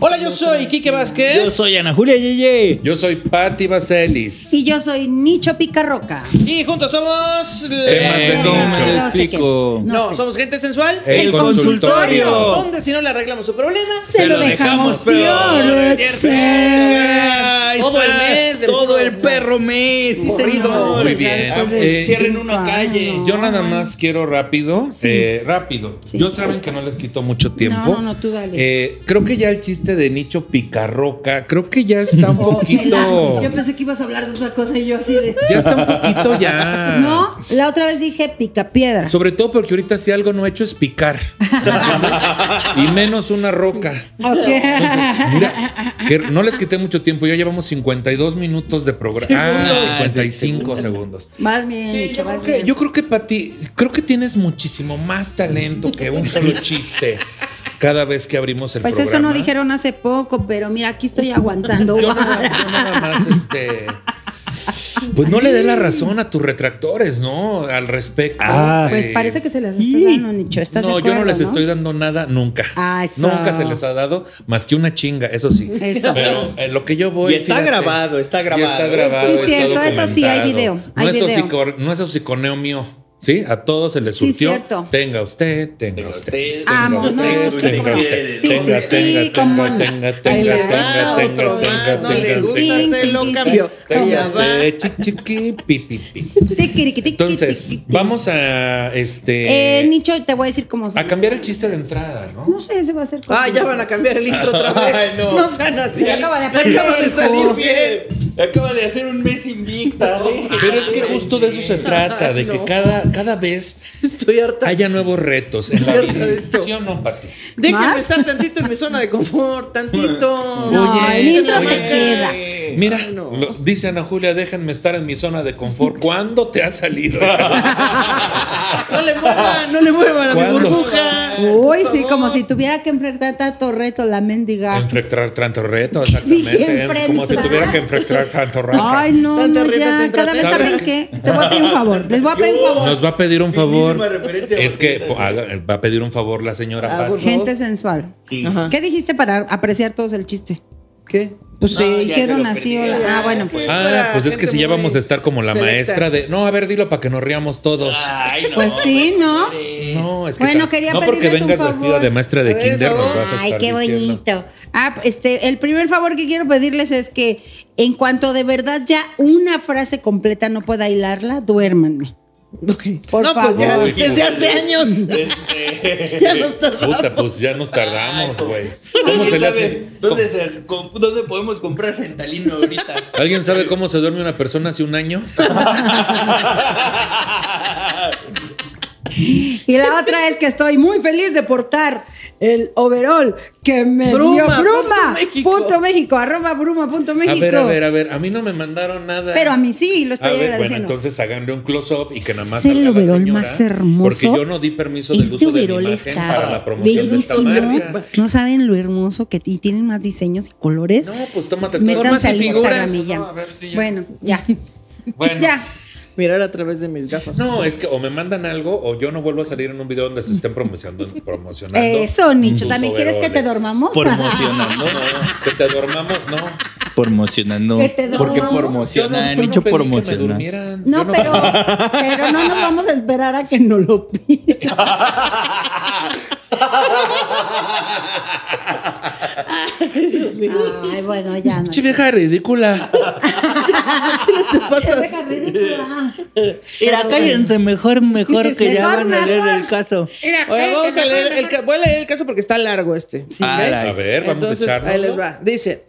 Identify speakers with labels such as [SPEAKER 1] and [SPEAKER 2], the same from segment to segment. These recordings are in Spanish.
[SPEAKER 1] Hola, yo soy Quique Vázquez.
[SPEAKER 2] Yo soy Ana Julia Yeye.
[SPEAKER 3] Yo soy Patti Vaselis.
[SPEAKER 4] Y yo soy Nicho Picarroca.
[SPEAKER 1] Y juntos somos.
[SPEAKER 3] Eh,
[SPEAKER 4] ¿cómo se lo
[SPEAKER 2] no explico?
[SPEAKER 1] No,
[SPEAKER 4] No sé.
[SPEAKER 1] somos gente sensual.
[SPEAKER 3] El El consultorio. consultorio.
[SPEAKER 1] Donde si no le arreglamos su problema,
[SPEAKER 4] Se lo dejamos peor.
[SPEAKER 2] Ahí
[SPEAKER 1] Todo el
[SPEAKER 2] está,
[SPEAKER 1] mes del
[SPEAKER 2] Todo el
[SPEAKER 1] programa.
[SPEAKER 2] perro mes. Sí,
[SPEAKER 1] Corrido.
[SPEAKER 2] señor.
[SPEAKER 3] Muy bien.
[SPEAKER 2] Después de
[SPEAKER 3] Eh,
[SPEAKER 2] cierren
[SPEAKER 4] cinco
[SPEAKER 2] una calle.
[SPEAKER 4] años.
[SPEAKER 3] Yo nada más quiero rápido,
[SPEAKER 4] Sí.
[SPEAKER 3] eh, rápido.
[SPEAKER 4] Sí.
[SPEAKER 3] Yo saben que no les quito mucho tiempo.
[SPEAKER 4] No, no, no, tú dale.
[SPEAKER 3] Eh, creo que ya el chiste de Nicho Picarroca, creo que ya está un poquito,
[SPEAKER 4] Yo pensé que ibas a hablar de otra cosa y yo así de.
[SPEAKER 3] ya está un poquito
[SPEAKER 2] Ah.
[SPEAKER 3] ya.
[SPEAKER 4] No, la otra vez dije picapiedra.
[SPEAKER 3] Sobre todo porque ahorita si algo no he hecho es picar. ¿entiendes? y menos una roca.
[SPEAKER 4] Ok.
[SPEAKER 3] Mira, que no les quité mucho tiempo, ya llevamos 52 minutos de programa. Ah, 55 segundos.
[SPEAKER 4] Más bien,
[SPEAKER 3] Sí,
[SPEAKER 4] Nicho,
[SPEAKER 3] yo
[SPEAKER 4] más
[SPEAKER 3] creo, que,
[SPEAKER 4] bien.
[SPEAKER 3] yo creo que, Pati, creo que tienes muchísimo más talento que un solo chiste cada vez que abrimos el
[SPEAKER 4] pues
[SPEAKER 3] programa.
[SPEAKER 4] eso no dijeron hace poco, pero mira, aquí estoy aguantando.
[SPEAKER 3] Yo nada, Ah, pues yo nada más, este. Pues no le dé la razón a tus retractores, ¿no? Al respecto.
[SPEAKER 2] Ah.
[SPEAKER 4] pues
[SPEAKER 3] Eh,
[SPEAKER 4] parece que se las estás
[SPEAKER 2] y-
[SPEAKER 4] dando, Nicho. ¿Estás
[SPEAKER 3] no,
[SPEAKER 4] de
[SPEAKER 3] yo no
[SPEAKER 4] acuerdo,
[SPEAKER 3] les estoy dando nada nunca.
[SPEAKER 4] Ah, eso.
[SPEAKER 3] Nunca se les ha dado más que una chinga, eso sí.
[SPEAKER 4] Eso.
[SPEAKER 3] Pero eh, lo que yo voy.
[SPEAKER 2] Y está grabado, está
[SPEAKER 3] ya
[SPEAKER 2] grabado.
[SPEAKER 3] está grabado.
[SPEAKER 4] Sí,
[SPEAKER 3] está
[SPEAKER 4] cierto, eso sí, hay
[SPEAKER 3] documentado.
[SPEAKER 4] video, hay
[SPEAKER 3] no, Eso
[SPEAKER 4] video.
[SPEAKER 3] sicor- no eso siconeo mío. Sí, a todos se les
[SPEAKER 4] Sí,
[SPEAKER 3] surtió.
[SPEAKER 4] cierto.
[SPEAKER 3] Tenga usted, tenga,
[SPEAKER 2] Tenga
[SPEAKER 3] usted.
[SPEAKER 2] usted,
[SPEAKER 4] Amo, no,
[SPEAKER 3] tenga
[SPEAKER 4] sí,
[SPEAKER 3] usted,
[SPEAKER 4] cómo
[SPEAKER 3] tenga
[SPEAKER 4] no.
[SPEAKER 3] usted.
[SPEAKER 4] Sí,
[SPEAKER 3] tenga,
[SPEAKER 4] sí,
[SPEAKER 3] tenga,
[SPEAKER 4] sí,
[SPEAKER 3] tenga,
[SPEAKER 4] cómo no.
[SPEAKER 3] tenga, tenga,
[SPEAKER 4] Ahí
[SPEAKER 3] tenga, tenga,
[SPEAKER 4] la va,
[SPEAKER 3] tenga,
[SPEAKER 4] otro
[SPEAKER 3] tenga,
[SPEAKER 4] más, no
[SPEAKER 3] tenga,
[SPEAKER 4] le gusta,
[SPEAKER 3] tenga,
[SPEAKER 4] se lo
[SPEAKER 1] cambió.
[SPEAKER 3] tenga
[SPEAKER 1] ¿Cómo
[SPEAKER 3] usted, chi, chiqui, pi, pi, pi. Entonces, vamos a este
[SPEAKER 4] Eh, Nicho, te voy a decir cómo
[SPEAKER 3] a cambiar el chiste de entrada, ¿no?
[SPEAKER 4] No sé, se va a hacer.
[SPEAKER 1] Ah, ya van a cambiar el intro otra vez.
[SPEAKER 2] Ay, no.
[SPEAKER 1] no sean así.
[SPEAKER 4] Se acaba de
[SPEAKER 1] Acaba
[SPEAKER 4] aprender,
[SPEAKER 1] de salir
[SPEAKER 4] hijo.
[SPEAKER 1] bien.
[SPEAKER 2] Acaba de hacer un mes invicta. ¿eh?
[SPEAKER 3] Pero es que justo de eso se trata, de que cada, cada vez
[SPEAKER 1] Estoy harta.
[SPEAKER 3] haya nuevos retos en la
[SPEAKER 1] Cierto
[SPEAKER 3] vida.
[SPEAKER 1] esto.
[SPEAKER 3] ¿Sí o no, Pati?
[SPEAKER 1] Déjenme
[SPEAKER 4] ¿Más?
[SPEAKER 1] estar tantito en mi zona de confort, tantito.
[SPEAKER 4] No, Oye, el intro
[SPEAKER 1] oye.
[SPEAKER 4] se queda.
[SPEAKER 3] Mira,
[SPEAKER 1] Ay, no.
[SPEAKER 3] lo- dice Ana Julia, déjenme estar en mi zona de confort. ¿Cuándo te ha salido?
[SPEAKER 1] No le muevan, no le muevan a mi
[SPEAKER 3] ¿Cuándo?
[SPEAKER 1] burbuja.
[SPEAKER 4] Uy,
[SPEAKER 1] Por
[SPEAKER 4] sí, como
[SPEAKER 1] favor.
[SPEAKER 4] si tuviera que enfrentar tanto reto la mendiga.
[SPEAKER 3] enfrentar tanto reto, exactamente.
[SPEAKER 4] Enfrentar.
[SPEAKER 3] Como si tuviera que enfrentar tanto reto.
[SPEAKER 4] Ay, no,
[SPEAKER 1] Tanta
[SPEAKER 4] no,
[SPEAKER 1] reta,
[SPEAKER 4] ya,
[SPEAKER 1] tanta
[SPEAKER 4] cada vez
[SPEAKER 1] reta.
[SPEAKER 4] saben que te voy a pedir un favor, les voy a pedir un favor.
[SPEAKER 3] Nos va a pedir un favor.
[SPEAKER 2] Misma referencia
[SPEAKER 3] Es que
[SPEAKER 2] bonita.
[SPEAKER 3] po- haga- va a pedir un favor la señora
[SPEAKER 1] Ah,
[SPEAKER 3] Pati.
[SPEAKER 1] por favor.
[SPEAKER 4] Gente sensual.
[SPEAKER 2] Sí.
[SPEAKER 1] Ajá.
[SPEAKER 4] ¿Qué dijiste para apreciar todos el chiste?
[SPEAKER 1] ¿Qué?
[SPEAKER 4] Pues se
[SPEAKER 2] No, ya
[SPEAKER 4] hicieron
[SPEAKER 2] se lo
[SPEAKER 4] así,
[SPEAKER 2] perdí.
[SPEAKER 4] hola. Ah, bueno, pues.
[SPEAKER 1] Es
[SPEAKER 3] Ah,
[SPEAKER 1] para
[SPEAKER 3] pues es que
[SPEAKER 1] gente
[SPEAKER 3] si ya
[SPEAKER 1] muy
[SPEAKER 3] vamos a estar como la
[SPEAKER 1] selecta.
[SPEAKER 3] maestra de. No, a ver, dilo para que nos riamos todos.
[SPEAKER 2] Ay, no,
[SPEAKER 4] Pues sí, ¿no?
[SPEAKER 3] No, es que
[SPEAKER 4] Bueno,
[SPEAKER 3] tan-
[SPEAKER 4] quería
[SPEAKER 3] no porque
[SPEAKER 4] pedirles un
[SPEAKER 3] vengas
[SPEAKER 4] favor.
[SPEAKER 3] vestida de maestra
[SPEAKER 1] A
[SPEAKER 3] de
[SPEAKER 1] ver, el
[SPEAKER 3] kinder nos
[SPEAKER 1] favor.
[SPEAKER 3] vas a
[SPEAKER 4] Ay,
[SPEAKER 3] estar
[SPEAKER 4] qué
[SPEAKER 3] diciendo.
[SPEAKER 4] bonito. Ah, este, el primer favor que quiero pedirles es que en cuanto de verdad ya una frase completa no pueda hilarla, duérmanme. Por
[SPEAKER 1] no, pues ya,
[SPEAKER 4] favor.
[SPEAKER 3] Uy,
[SPEAKER 1] desde
[SPEAKER 3] pues
[SPEAKER 1] hace años. ya nos tardamos.
[SPEAKER 3] Este. Puta, pues ya nos tardamos, güey.
[SPEAKER 1] pues,
[SPEAKER 3] ¿Cómo
[SPEAKER 2] ¿Alguien
[SPEAKER 3] se le
[SPEAKER 2] sabe
[SPEAKER 3] hace?
[SPEAKER 2] ¿Dónde, se- com- ¿Dónde podemos comprar fentalino ahorita?
[SPEAKER 3] ¿Alguien sabe cómo se duerme una persona hace un año?
[SPEAKER 4] Y la otra es que estoy muy feliz de portar el overall que me
[SPEAKER 1] Bruma,
[SPEAKER 4] dio Bruma.
[SPEAKER 1] punto México.
[SPEAKER 4] Punto México, arroba Bruma, punto
[SPEAKER 3] A
[SPEAKER 4] México.
[SPEAKER 3] ver, a ver, a ver. A mí no me mandaron nada.
[SPEAKER 4] Pero a mí sí, lo estoy
[SPEAKER 3] A ver, bueno,
[SPEAKER 4] agradeciendo.
[SPEAKER 3] entonces háganle un close-up y que nada más
[SPEAKER 4] Es el
[SPEAKER 3] salga la
[SPEAKER 4] overol
[SPEAKER 3] señora,
[SPEAKER 4] más hermoso.
[SPEAKER 3] Porque yo no di permiso del
[SPEAKER 4] este
[SPEAKER 3] uso de mi
[SPEAKER 4] overall
[SPEAKER 3] imagen
[SPEAKER 4] está
[SPEAKER 3] para la promoción
[SPEAKER 4] bellísimo.
[SPEAKER 3] de esta marca.
[SPEAKER 4] No saben lo hermoso que y tienen más diseños y colores.
[SPEAKER 3] No, pues tómate todo.
[SPEAKER 4] Métanse
[SPEAKER 1] formas y
[SPEAKER 4] al
[SPEAKER 1] figuras.
[SPEAKER 4] Instagram y ya.
[SPEAKER 3] No, a ver si ya-
[SPEAKER 4] Bueno, ya.
[SPEAKER 3] Bueno.
[SPEAKER 4] Ya.
[SPEAKER 1] Mirar a través de mis gafas.
[SPEAKER 3] No, es que o me mandan algo o yo no vuelvo a salir en un video donde se estén promocionando. promocionando
[SPEAKER 4] Eso, Nicho.
[SPEAKER 3] sus
[SPEAKER 4] Eh, ¿También quieres que te
[SPEAKER 3] overoles.
[SPEAKER 4] dormamos?
[SPEAKER 2] Promocionando.
[SPEAKER 3] No, no, que te dormamos, no.
[SPEAKER 2] Promocionando.
[SPEAKER 4] Que te
[SPEAKER 2] Porque
[SPEAKER 4] dormamos.
[SPEAKER 2] promocionan,
[SPEAKER 3] Yo no- yo no
[SPEAKER 2] Nicho
[SPEAKER 3] pedí que me
[SPEAKER 2] promocionan.
[SPEAKER 3] durmieran. Yo
[SPEAKER 4] No, pero, pero no nos vamos a esperar a que nos lo pidan. Ay, bueno, ya no.
[SPEAKER 3] Che, vieja ridícula.
[SPEAKER 1] Al chile te pasas.
[SPEAKER 4] dejas ridícula.
[SPEAKER 1] Mira, cállense mejor, mejor que ya
[SPEAKER 4] Mejor,
[SPEAKER 1] van a leer
[SPEAKER 4] mejor.
[SPEAKER 1] el caso.
[SPEAKER 5] Mira,
[SPEAKER 1] Oye,
[SPEAKER 5] cállate,
[SPEAKER 1] vamos a
[SPEAKER 5] mejor, leer el mejor. ¿eh?
[SPEAKER 1] ca- voy a leer el caso porque está largo este.
[SPEAKER 3] Ah,
[SPEAKER 5] ¿ok?
[SPEAKER 3] a ver, vamos
[SPEAKER 5] Entonces,
[SPEAKER 3] a echarnos.
[SPEAKER 5] Ahí les va. Dice.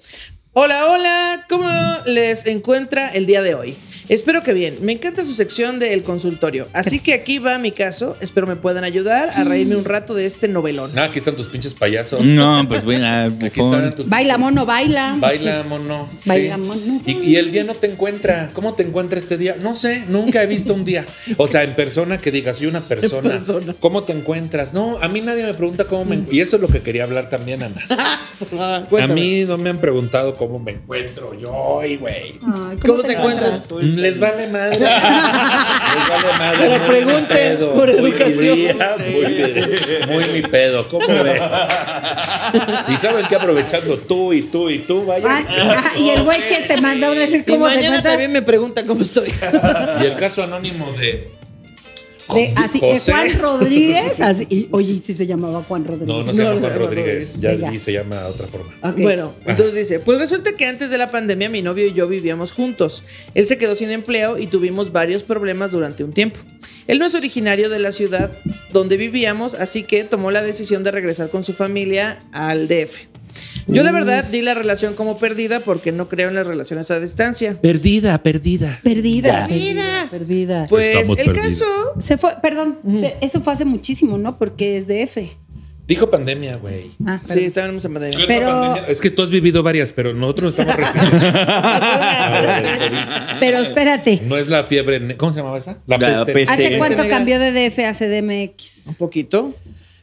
[SPEAKER 5] Hola, hola, ¿cómo les encuentra el día de hoy? Espero que bien. Me encanta su sección del consultorio. Así que aquí va mi caso. Espero me puedan ayudar a reírme un rato de este novelón.
[SPEAKER 3] Ah, aquí están tus pinches payasos.
[SPEAKER 6] No, pues bueno, ah,
[SPEAKER 3] Aquí
[SPEAKER 6] bufón.
[SPEAKER 3] están tus
[SPEAKER 4] Baila mono, baila.
[SPEAKER 3] Baila, mono. Sí.
[SPEAKER 4] Baila, mono.
[SPEAKER 3] Y, y el día no te encuentra. ¿Cómo te encuentra este día? No sé, nunca he visto un día. O sea, en persona que digas, soy una persona.
[SPEAKER 1] persona.
[SPEAKER 3] ¿Cómo te encuentras? No, a mí nadie me pregunta cómo me encuentro. Y eso es lo que quería hablar también, Ana. a
[SPEAKER 1] cuéntame.
[SPEAKER 3] mí no me han preguntado cómo me encuentro yo hoy, güey.
[SPEAKER 4] Ay,
[SPEAKER 1] ¿Cómo te encuentras?
[SPEAKER 3] Mm, Les vale madre. Les vale madre.
[SPEAKER 1] Pero
[SPEAKER 3] muy
[SPEAKER 1] pregunten
[SPEAKER 3] mi pedo.
[SPEAKER 1] por
[SPEAKER 3] Muy mi
[SPEAKER 1] educación.
[SPEAKER 3] día, Muy, mi- muy mi pedo. ¿Cómo ve? Y saben que aprovechando tú y tú y tú,
[SPEAKER 4] Ah,
[SPEAKER 3] vaya.
[SPEAKER 4] ah, y el güey que te mandó a decir
[SPEAKER 1] Y
[SPEAKER 4] cómo te
[SPEAKER 1] mañana
[SPEAKER 4] encuentras.
[SPEAKER 1] también me pregunta cómo estoy.
[SPEAKER 3] Y el caso anónimo de.
[SPEAKER 4] De, así, de
[SPEAKER 3] José.
[SPEAKER 4] Juan Rodríguez. así, y, oye, sí se llamaba Juan Rodríguez.
[SPEAKER 3] No, no se llama
[SPEAKER 1] No,
[SPEAKER 3] Juan
[SPEAKER 1] no,
[SPEAKER 3] Rodríguez. Ya
[SPEAKER 4] Ya.
[SPEAKER 3] vi, se llama de otra forma.
[SPEAKER 4] Ok.
[SPEAKER 1] Bueno, entonces dice, pues resulta que antes de la pandemia mi novio y yo vivíamos juntos. Él se quedó sin empleo y tuvimos varios problemas durante un tiempo. Él no es originario de la ciudad donde vivíamos, así que tomó la decisión de regresar con su familia al DF. Yo la verdad di la relación como perdida porque no creo en las relaciones a distancia.
[SPEAKER 3] Perdida, perdida.
[SPEAKER 4] Perdida.
[SPEAKER 1] Perdida.
[SPEAKER 4] Perdida.
[SPEAKER 5] Pues
[SPEAKER 6] Estamos
[SPEAKER 5] el
[SPEAKER 6] perdidos.
[SPEAKER 5] caso...
[SPEAKER 4] Se fue, perdón, se- eso fue hace muchísimo, ¿no? Porque es de F.
[SPEAKER 3] Dijo pandemia, güey.
[SPEAKER 4] Ah,
[SPEAKER 5] Sí,
[SPEAKER 4] perdón.
[SPEAKER 5] estábamos en pandemia.
[SPEAKER 4] Pero-
[SPEAKER 3] Pandemia- Es que tú has vivido varias, pero nosotros no estamos refiriendo.
[SPEAKER 4] Pero espérate.
[SPEAKER 3] No es la fiebre. ne- ¿Cómo se llamaba esa? La
[SPEAKER 6] La
[SPEAKER 3] peste.
[SPEAKER 6] peste.
[SPEAKER 4] ¿Hace
[SPEAKER 6] Este-
[SPEAKER 4] cuánto
[SPEAKER 5] Este-
[SPEAKER 4] cambió de DF a CDMX?
[SPEAKER 5] Un poquito.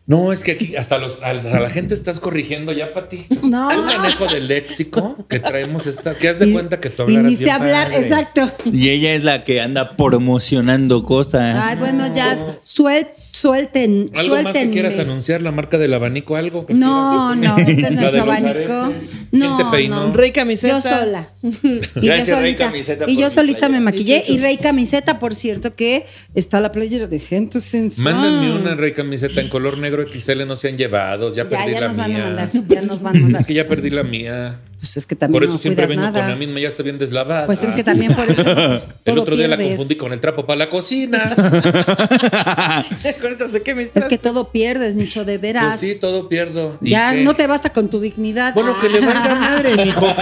[SPEAKER 3] No, es que aquí hasta los, a la a la gente estás corrigiendo ya, Pati.
[SPEAKER 4] No.
[SPEAKER 3] Un manejo del léxico que traemos esta. Que haz de
[SPEAKER 4] Ah, Y-
[SPEAKER 3] cuenta que tú
[SPEAKER 4] Y
[SPEAKER 3] hablaras
[SPEAKER 4] ni sé
[SPEAKER 3] bien
[SPEAKER 4] hablar,
[SPEAKER 3] padre.
[SPEAKER 4] exacto.
[SPEAKER 6] Mm, Y ella es la que anda promocionando cosas.
[SPEAKER 4] Ay, bueno, ya suel- suelten,
[SPEAKER 3] Algo más que
[SPEAKER 4] suéltenme.
[SPEAKER 3] quieras anunciar, la marca del abanico, algo. que
[SPEAKER 4] No,
[SPEAKER 3] quieras
[SPEAKER 4] no,
[SPEAKER 3] decir.
[SPEAKER 4] este es
[SPEAKER 3] La
[SPEAKER 4] nuestro
[SPEAKER 3] de los
[SPEAKER 4] abanico.
[SPEAKER 3] aretes.
[SPEAKER 4] No,
[SPEAKER 3] ¿Quién te peinó?
[SPEAKER 4] no.
[SPEAKER 5] Rey
[SPEAKER 4] Yo
[SPEAKER 5] camiseta.
[SPEAKER 4] sola. Y
[SPEAKER 3] Gracias,
[SPEAKER 4] yo
[SPEAKER 3] Rey
[SPEAKER 4] solita,
[SPEAKER 3] Camiseta,
[SPEAKER 4] y
[SPEAKER 3] por
[SPEAKER 4] yo
[SPEAKER 3] mi
[SPEAKER 4] solita
[SPEAKER 3] playera.
[SPEAKER 4] me maquillé. Y Rey Camiseta, por cierto, que está la playera de gente sensual.
[SPEAKER 3] Mándenme una rey camiseta en color negro XL, no se han llevado, ya
[SPEAKER 4] Ya,
[SPEAKER 3] perdí
[SPEAKER 4] ya
[SPEAKER 3] la
[SPEAKER 4] nos
[SPEAKER 3] mía.
[SPEAKER 4] van a mandar. Ya nos van a mandar.
[SPEAKER 3] Es que ya perdí la mía.
[SPEAKER 4] Pues es que también
[SPEAKER 3] Por eso
[SPEAKER 4] no
[SPEAKER 3] siempre
[SPEAKER 4] cuidas
[SPEAKER 3] vengo
[SPEAKER 4] nada.
[SPEAKER 3] con la misma, ya está bien deslavada.
[SPEAKER 4] Pues es que también por eso.
[SPEAKER 3] El
[SPEAKER 4] todo
[SPEAKER 3] otro día la
[SPEAKER 4] pierdes.
[SPEAKER 3] confundí con el trapo para la cocina. Pues
[SPEAKER 5] Con esta sé que me
[SPEAKER 4] Es que todo pierdes, Nicho, de
[SPEAKER 3] pues
[SPEAKER 4] veras.
[SPEAKER 3] sí, todo pierdo. ¿Y
[SPEAKER 4] ya
[SPEAKER 3] qué?
[SPEAKER 4] no te basta con tu dignidad. Ah,
[SPEAKER 3] Bueno, que le valga madre, mijo.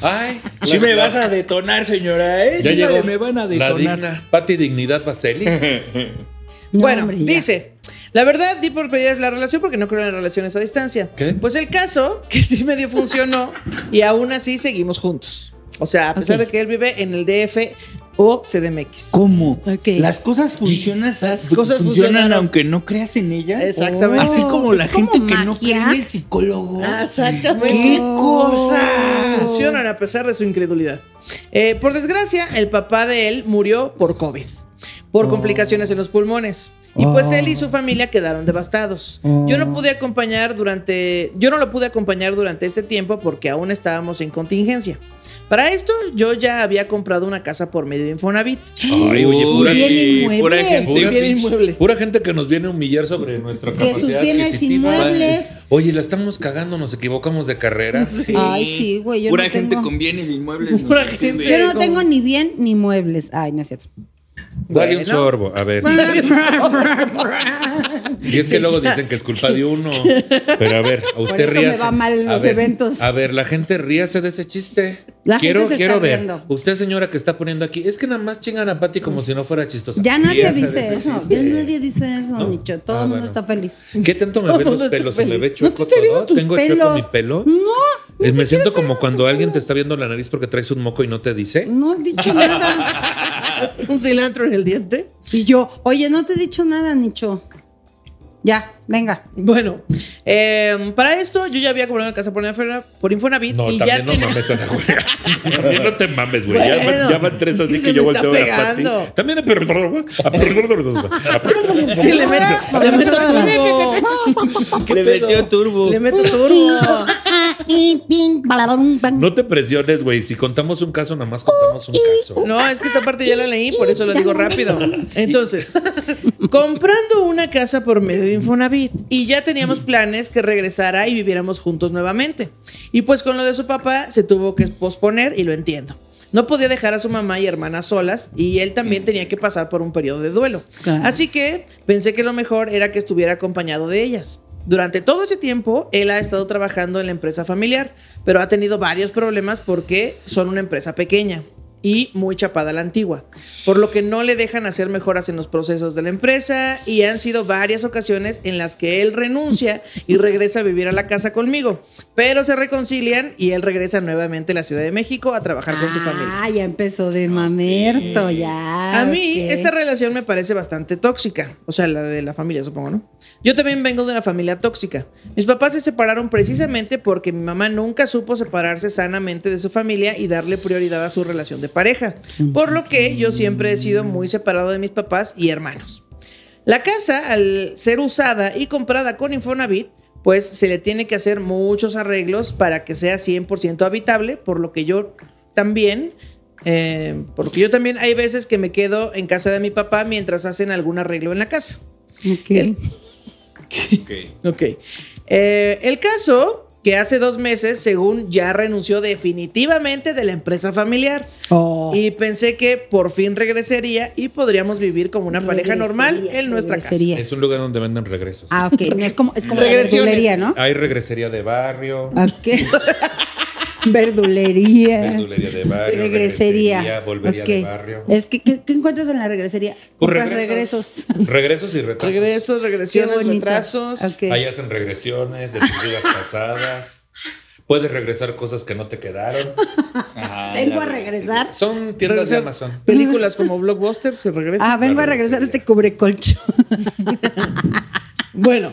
[SPEAKER 3] Ay,
[SPEAKER 6] Sí
[SPEAKER 3] la-
[SPEAKER 6] me
[SPEAKER 3] la-
[SPEAKER 6] vas
[SPEAKER 5] a detonar, señora, ¿eh?
[SPEAKER 3] Ya llegó
[SPEAKER 6] me van a
[SPEAKER 3] la
[SPEAKER 6] detonar.
[SPEAKER 3] digna Pati Dignidad Vaselis.
[SPEAKER 4] No,
[SPEAKER 5] Bueno,
[SPEAKER 4] hombre, ya.
[SPEAKER 5] dice, la verdad di por pedidas la relación porque no creo en las relaciones a distancia.
[SPEAKER 3] ¿Qué?
[SPEAKER 5] Pues el caso que sí medio funcionó y aún así seguimos juntos. O sea, a pesar
[SPEAKER 4] Ok.
[SPEAKER 5] de que él vive en el DF o CDMX.
[SPEAKER 6] ¿Cómo?
[SPEAKER 4] Ok.
[SPEAKER 6] Las cosas funcionan,
[SPEAKER 5] Las cosas funcionan.
[SPEAKER 6] aunque no creas en ellas.
[SPEAKER 5] Exactamente.
[SPEAKER 2] Ah,
[SPEAKER 6] Así como
[SPEAKER 4] Oh, Es
[SPEAKER 6] la
[SPEAKER 4] como
[SPEAKER 6] gente que no
[SPEAKER 4] magia.
[SPEAKER 6] cree en el psicólogo.
[SPEAKER 4] Ah,
[SPEAKER 3] Ah,
[SPEAKER 5] Exactamente.
[SPEAKER 6] ¡Qué cosa!
[SPEAKER 5] Funcionan a pesar de su incredulidad. Eh, por desgracia, el papá de él murió por COVID, por complicaciones en los pulmones. Y pues él y su familia quedaron devastados. Yo no pude acompañar durante, yo no lo pude acompañar durante este tiempo porque aún estábamos en contingencia. Para esto, yo ya había comprado una casa por medio de Infonavit.
[SPEAKER 3] Ay, oye, pura,
[SPEAKER 4] Bien inmueble.
[SPEAKER 3] pura gente.
[SPEAKER 5] Bien
[SPEAKER 3] pinche-
[SPEAKER 5] inmueble.
[SPEAKER 3] Pura gente que nos viene a humillar sobre nuestra
[SPEAKER 4] De sus
[SPEAKER 3] capacidad
[SPEAKER 4] bienes
[SPEAKER 3] adquisitiva.
[SPEAKER 4] inmuebles.
[SPEAKER 3] Oye, la estamos cagando, nos equivocamos de carrera.
[SPEAKER 4] Ay, sí, güey, yo
[SPEAKER 6] Pura
[SPEAKER 4] no
[SPEAKER 6] gente
[SPEAKER 4] tengo-
[SPEAKER 6] con bienes inmuebles.
[SPEAKER 5] Pura
[SPEAKER 6] ¿no?
[SPEAKER 5] gente.
[SPEAKER 4] Yo no
[SPEAKER 5] Como-
[SPEAKER 4] tengo ni bien ni muebles. Ay, no es cierto.
[SPEAKER 3] Dale un
[SPEAKER 5] Bueno.
[SPEAKER 3] sorbo, a ver. Y es que luego dicen que es culpa de uno. Pero a ver, a usted
[SPEAKER 4] eso me
[SPEAKER 3] ríase.
[SPEAKER 4] va mal en
[SPEAKER 3] A
[SPEAKER 4] los
[SPEAKER 3] ver,
[SPEAKER 4] eventos.
[SPEAKER 3] A ver, la gente ríase de ese chiste.
[SPEAKER 4] La
[SPEAKER 3] quiero
[SPEAKER 4] gente se
[SPEAKER 3] quiero
[SPEAKER 4] está
[SPEAKER 3] ver.
[SPEAKER 4] riendo.
[SPEAKER 3] Usted, señora, que está poniendo aquí, es que nada más chingan a Pati como si no fuera chistosa.
[SPEAKER 4] Ya nadie
[SPEAKER 3] Ríase de
[SPEAKER 4] dice
[SPEAKER 3] ese
[SPEAKER 4] eso.
[SPEAKER 3] chiste. Eh,
[SPEAKER 4] Ya nadie dice eso,
[SPEAKER 3] ¿No?
[SPEAKER 4] Nicho. Todo
[SPEAKER 3] Ah,
[SPEAKER 4] el
[SPEAKER 3] bueno.
[SPEAKER 4] mundo está feliz.
[SPEAKER 3] ¿Qué tanto me
[SPEAKER 5] Todo
[SPEAKER 3] ven
[SPEAKER 5] mundo
[SPEAKER 3] los
[SPEAKER 5] está
[SPEAKER 3] pelos? ¿Se me
[SPEAKER 5] feliz.
[SPEAKER 3] ve chueco
[SPEAKER 4] estoy viendo
[SPEAKER 3] todo?
[SPEAKER 4] tus
[SPEAKER 3] ¿Tengo chueco
[SPEAKER 4] pelos.
[SPEAKER 3] mi pelo?
[SPEAKER 4] No,
[SPEAKER 3] Eh, me siento como cuando alguien te está viendo la nariz porque traes un moco y no te dice.
[SPEAKER 4] no he dicho nada.
[SPEAKER 5] Un cilantro en el diente.
[SPEAKER 4] Y yo, oye, no te he dicho nada, Nicho. Ya, venga.
[SPEAKER 5] Bueno, eh, para esto yo ya había comprado una casa por Infona- por Infonavit
[SPEAKER 3] No,
[SPEAKER 5] y ya
[SPEAKER 3] también no mames, Ana Julia. También no te mames, güey. Ya, van-
[SPEAKER 5] Bueno,
[SPEAKER 3] ya van tres
[SPEAKER 5] es
[SPEAKER 3] así
[SPEAKER 5] que
[SPEAKER 3] que
[SPEAKER 5] se
[SPEAKER 3] yo
[SPEAKER 5] me está
[SPEAKER 3] volteo a ver a Pati.
[SPEAKER 5] pegando.
[SPEAKER 3] También a
[SPEAKER 5] Es que le meto, le meto turbo.
[SPEAKER 6] Le metió turbo.
[SPEAKER 5] Le meto turbo.
[SPEAKER 3] No te presiones, güey. Si contamos un caso, nada más contamos un caso.
[SPEAKER 5] No, es que esta parte ya la leí, por eso lo digo rápido. Entonces, comprando una casa por medio de Infonavit y ya teníamos planes que regresara y viviéramos juntos nuevamente. Y pues con lo de su papá se tuvo que posponer y lo entiendo. No podía dejar a su mamá y hermana solas y él también tenía que pasar por un periodo de duelo.
[SPEAKER 4] Claro.
[SPEAKER 5] Así que pensé que lo mejor era que estuviera acompañado de ellas. Durante todo ese tiempo, él ha estado trabajando en la empresa familiar, pero ha tenido varios problemas porque son una empresa pequeña y muy chapada a la antigua, por lo que no le dejan hacer mejoras en los procesos de la empresa y han sido varias ocasiones en las que él renuncia y regresa a vivir a la casa conmigo, pero se reconcilian y él regresa nuevamente a la Ciudad de México a trabajar con su familia.
[SPEAKER 4] Ah, ya empezó de mamerto, ya.
[SPEAKER 5] A mí
[SPEAKER 4] ok.
[SPEAKER 5] esta relación me parece bastante tóxica, o sea, la de la familia, supongo, ¿no? Yo también vengo de una familia tóxica. Mis papás se separaron precisamente porque mi mamá nunca supo separarse sanamente de su familia y darle prioridad a su relación de pareja, por lo que yo siempre he sido muy separado de mis papás y hermanos. La casa, al ser usada y comprada con Infonavit, pues se le tiene que hacer muchos arreglos para que sea 100% habitable, por lo que yo también, eh, porque yo también hay veces que me quedo en casa de mi papá mientras hacen algún arreglo en la casa.
[SPEAKER 4] Ok.
[SPEAKER 5] Ok. Eh, el caso que hace dos meses, según ya renunció definitivamente de la empresa familiar.
[SPEAKER 4] Oh.
[SPEAKER 5] Y pensé que por fin regresaría y podríamos vivir como una pareja normal
[SPEAKER 4] Regresaría,
[SPEAKER 5] en nuestra
[SPEAKER 4] regresaría.
[SPEAKER 3] Es un lugar donde venden regresos.
[SPEAKER 4] Ah, ok. No es como, es como la
[SPEAKER 5] Regresiones. Ah.
[SPEAKER 4] verdulería, ¿no? Ah,
[SPEAKER 3] Hay regresería de barrio,
[SPEAKER 4] Ok. verdulería.
[SPEAKER 3] verdulería de barrio, regresería,
[SPEAKER 4] Regresería.
[SPEAKER 3] volvería
[SPEAKER 4] Ok.
[SPEAKER 3] de barrio.
[SPEAKER 4] Es que, ¿qué, qué encuentras en la regresería?
[SPEAKER 3] Pues
[SPEAKER 4] Compras
[SPEAKER 3] regresos.
[SPEAKER 4] regresos.
[SPEAKER 3] Regresos y
[SPEAKER 5] casa.
[SPEAKER 3] retrasos.
[SPEAKER 5] Regresos,
[SPEAKER 4] Qué
[SPEAKER 5] regresiones,
[SPEAKER 4] bonito.
[SPEAKER 5] retrasos.
[SPEAKER 4] Ok.
[SPEAKER 3] Ahí hacen regresiones de tus vidas pasadas. Puedes regresar cosas que no te quedaron.
[SPEAKER 2] Ajá,
[SPEAKER 4] Vengo
[SPEAKER 2] la
[SPEAKER 4] a
[SPEAKER 2] verdad.
[SPEAKER 4] regresar.
[SPEAKER 3] Son tiendas de
[SPEAKER 5] Regresar.
[SPEAKER 3] Amazon.
[SPEAKER 5] Películas como Blockbuster se regresan.
[SPEAKER 4] Ah, vengo a regresar este cubrecolcho.
[SPEAKER 5] Bueno,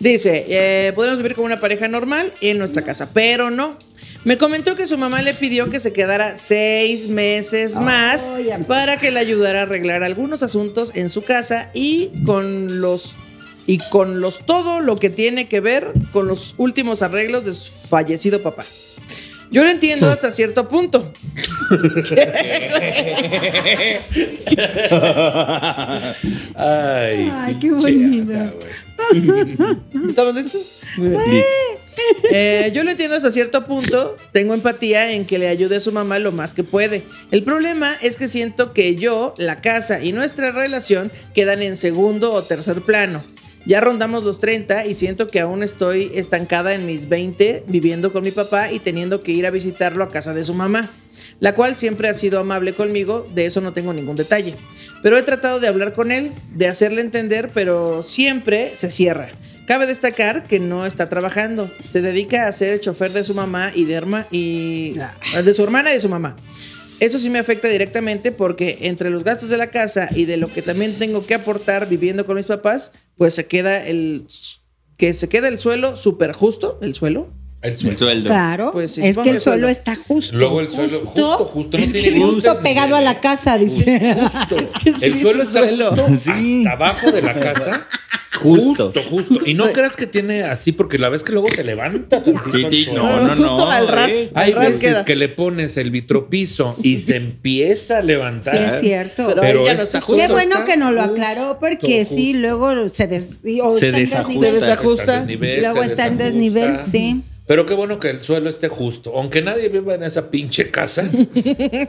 [SPEAKER 5] dice, eh, podemos vivir como una pareja normal en nuestra casa, pero no. Me comentó que su mamá le pidió que se quedara seis meses más
[SPEAKER 4] Ay, ya empezó.
[SPEAKER 5] para que le ayudara a arreglar algunos asuntos en su casa y con los y con los todo lo que tiene que ver con los últimos arreglos de su fallecido papá. Yo lo entiendo hasta cierto punto.
[SPEAKER 3] Ay,
[SPEAKER 4] Ay, qué
[SPEAKER 3] pinche
[SPEAKER 4] bonito.
[SPEAKER 3] Ana, güey.
[SPEAKER 5] ¿Estamos listos?
[SPEAKER 4] pues.
[SPEAKER 5] Eh, yo lo entiendo hasta cierto punto. Tengo empatía en que le ayude a su mamá lo más que puede. El problema es que siento que yo, la casa y nuestra relación quedan en segundo o tercer plano. Ya rondamos los 30 y siento que aún estoy estancada en mis 20 viviendo con mi papá y teniendo que ir a visitarlo a casa de su mamá, la cual siempre ha sido amable conmigo, de eso no tengo ningún detalle. Pero he tratado de hablar con él, de hacerle entender, pero siempre se cierra. Cabe destacar que no está trabajando. Se dedica a ser el chofer de su mamá y de, herma- y de su hermana y de su mamá. Eso sí me afecta directamente porque entre los gastos de la casa y de lo que también tengo que aportar viviendo con mis papás, pues se queda el que se queda el suelo súper justo, el suelo.
[SPEAKER 3] El suelo.
[SPEAKER 2] El sueldo.
[SPEAKER 4] Claro.
[SPEAKER 5] Pues sí,
[SPEAKER 4] es
[SPEAKER 5] supongo
[SPEAKER 4] que
[SPEAKER 5] que
[SPEAKER 4] el suelo
[SPEAKER 5] suelo.
[SPEAKER 4] está justo.
[SPEAKER 3] Luego el suelo, justo, justo, no
[SPEAKER 4] es
[SPEAKER 3] tiene
[SPEAKER 4] que justo
[SPEAKER 3] gustes ni
[SPEAKER 4] pegado a la
[SPEAKER 3] de-
[SPEAKER 4] casa, dice.
[SPEAKER 3] El suelo está justo
[SPEAKER 6] Sí.
[SPEAKER 3] hasta abajo de la casa.
[SPEAKER 6] Justo.
[SPEAKER 3] Justo, justo. Y no creas que tiene así, porque la vez que luego se levanta tantito
[SPEAKER 2] Sí,
[SPEAKER 3] el
[SPEAKER 2] sí,
[SPEAKER 3] suelo.
[SPEAKER 2] no, no, no.
[SPEAKER 5] justo al ras.
[SPEAKER 2] eh.
[SPEAKER 3] Hay
[SPEAKER 5] Al ras
[SPEAKER 3] veces
[SPEAKER 5] queda.
[SPEAKER 3] pues, que le pones el vitropiso y se empieza a levantar.
[SPEAKER 4] Sí, es cierto.
[SPEAKER 5] Pero,
[SPEAKER 3] Pero
[SPEAKER 5] ahí ya
[SPEAKER 3] es-
[SPEAKER 5] no está justo.
[SPEAKER 4] Qué bueno
[SPEAKER 5] está-
[SPEAKER 4] que nos lo
[SPEAKER 3] justo,
[SPEAKER 4] aclaró, porque sí, luego se, des, y- o está
[SPEAKER 6] Se
[SPEAKER 4] en
[SPEAKER 6] desajusta.
[SPEAKER 4] desnivel.
[SPEAKER 5] Se desajusta.
[SPEAKER 3] desnivel,
[SPEAKER 4] Luego
[SPEAKER 3] se
[SPEAKER 4] está en
[SPEAKER 3] desajusta.
[SPEAKER 4] desnivel, sí.
[SPEAKER 3] Pero qué bueno que el suelo esté justo. Aunque nadie viva en esa pinche casa.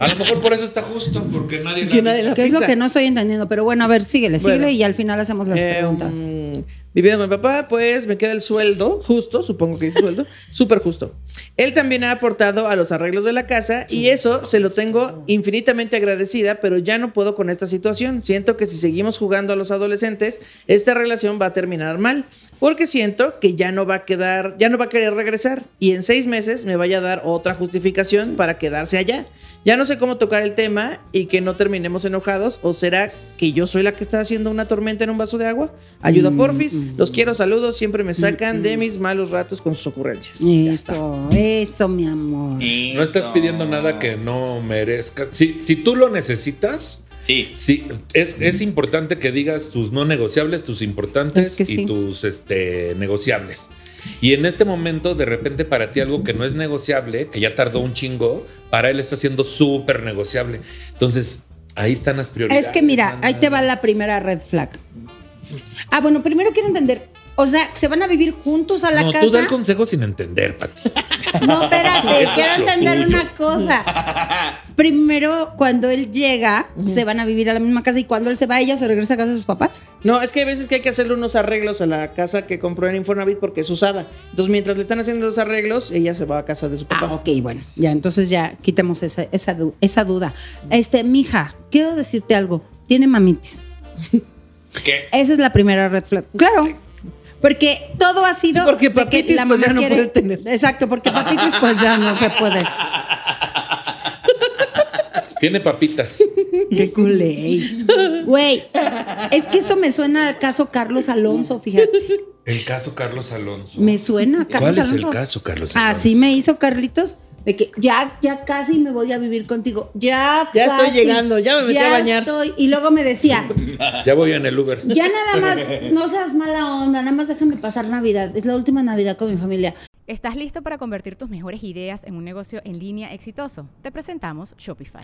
[SPEAKER 3] A lo mejor por eso está justo, porque nadie. la
[SPEAKER 5] Que
[SPEAKER 3] vive.
[SPEAKER 5] nadie la
[SPEAKER 4] Que es lo
[SPEAKER 5] pisa.
[SPEAKER 4] que no estoy entendiendo. Pero bueno, a ver, síguele, síguele
[SPEAKER 5] Bueno.
[SPEAKER 4] y al final hacemos las
[SPEAKER 5] Eh,
[SPEAKER 4] preguntas.
[SPEAKER 5] mm, viviendo con mi papá, pues me queda el sueldo justo, supongo que dice sueldo, súper justo. Él también ha aportado a los arreglos de la casa y eso se lo tengo infinitamente agradecida, pero ya no puedo con esta situación. Siento que si seguimos jugando a los adolescentes, esta relación va a terminar mal, porque siento que ya no va a quedar, ya no va a querer regresar y en seis meses me vaya a dar otra justificación para quedarse allá. Ya no sé cómo tocar el tema y que no terminemos enojados. ¿O será que yo soy la que está haciendo una tormenta en un vaso de agua? Ayuda,
[SPEAKER 4] Mm,
[SPEAKER 5] porfis. Los quiero, saludos. Siempre me sacan de mis malos ratos con sus ocurrencias. Ya está.
[SPEAKER 4] Eso, eso, mi amor.
[SPEAKER 3] No estás pidiendo nada que no merezcas. Si, si tú lo necesitas,
[SPEAKER 2] Sí.
[SPEAKER 3] sí, es, es importante que digas tus no negociables, tus importantes
[SPEAKER 4] Es que
[SPEAKER 3] y
[SPEAKER 4] sí.
[SPEAKER 3] tus este, negociables. Y en este momento, de repente, para ti algo que no es negociable, que ya tardó un chingo, para él está siendo súper negociable. Entonces, ahí están las prioridades.
[SPEAKER 4] Es que mira, ahí te va
[SPEAKER 3] mana.
[SPEAKER 4] la primera red flag. Ah, bueno, primero quiero entender. O sea, ¿se van a vivir juntos a la
[SPEAKER 3] no, tú da el
[SPEAKER 4] casa?
[SPEAKER 3] consejo sin entender, Pati.
[SPEAKER 4] No, espérate,
[SPEAKER 3] Eso es
[SPEAKER 4] quiero
[SPEAKER 3] lo
[SPEAKER 4] entender
[SPEAKER 3] tuyo.
[SPEAKER 4] una cosa. primero cuando él llega, se van a vivir a la misma casa y cuando él se va, ella se regresa a casa de sus papás.
[SPEAKER 5] No, es que hay veces que hay que hacerle unos arreglos a la casa que compró en Infonavit porque es usada. Entonces, mientras le están haciendo los arreglos, ella se va a casa de su papá.
[SPEAKER 4] Ah, ok, bueno, ya, entonces ya quitamos esa, esa, du- esa duda. Este, mija, quiero decirte algo. Tiene mamitis.
[SPEAKER 3] ¿Qué?
[SPEAKER 4] Esa es la primera red flag. Claro. Porque todo ha sido.
[SPEAKER 5] Sí, porque
[SPEAKER 4] de que
[SPEAKER 5] papitis,
[SPEAKER 4] la
[SPEAKER 5] pues, ya
[SPEAKER 4] mamá
[SPEAKER 5] no puede tener.
[SPEAKER 4] Exacto, porque papitis, pues ya no se puede.
[SPEAKER 3] Tiene papitas.
[SPEAKER 4] Qué culé. Güey, es que esto me suena al caso Carlos Alonso, fíjate.
[SPEAKER 3] El caso Carlos Alonso.
[SPEAKER 4] Me suena a
[SPEAKER 3] ¿Cuál
[SPEAKER 4] Carlos
[SPEAKER 3] es
[SPEAKER 4] Alonso. Ah,
[SPEAKER 3] el caso, Carlos Alonso?
[SPEAKER 4] Así me hizo Carlitos. De que ya, ya casi me voy a vivir contigo. Ya,
[SPEAKER 5] Ya estoy
[SPEAKER 4] casi,
[SPEAKER 5] llegando, ya me metí a bañar.
[SPEAKER 4] estoy. Y luego me decía,
[SPEAKER 3] Ya voy en el Uber.
[SPEAKER 4] ya nada más, no seas mala onda, nada más déjame pasar Navidad. Es la última Navidad con mi familia.
[SPEAKER 7] ¿Estás listo para convertir tus mejores ideas en un negocio en línea exitoso? Te presentamos Shopify.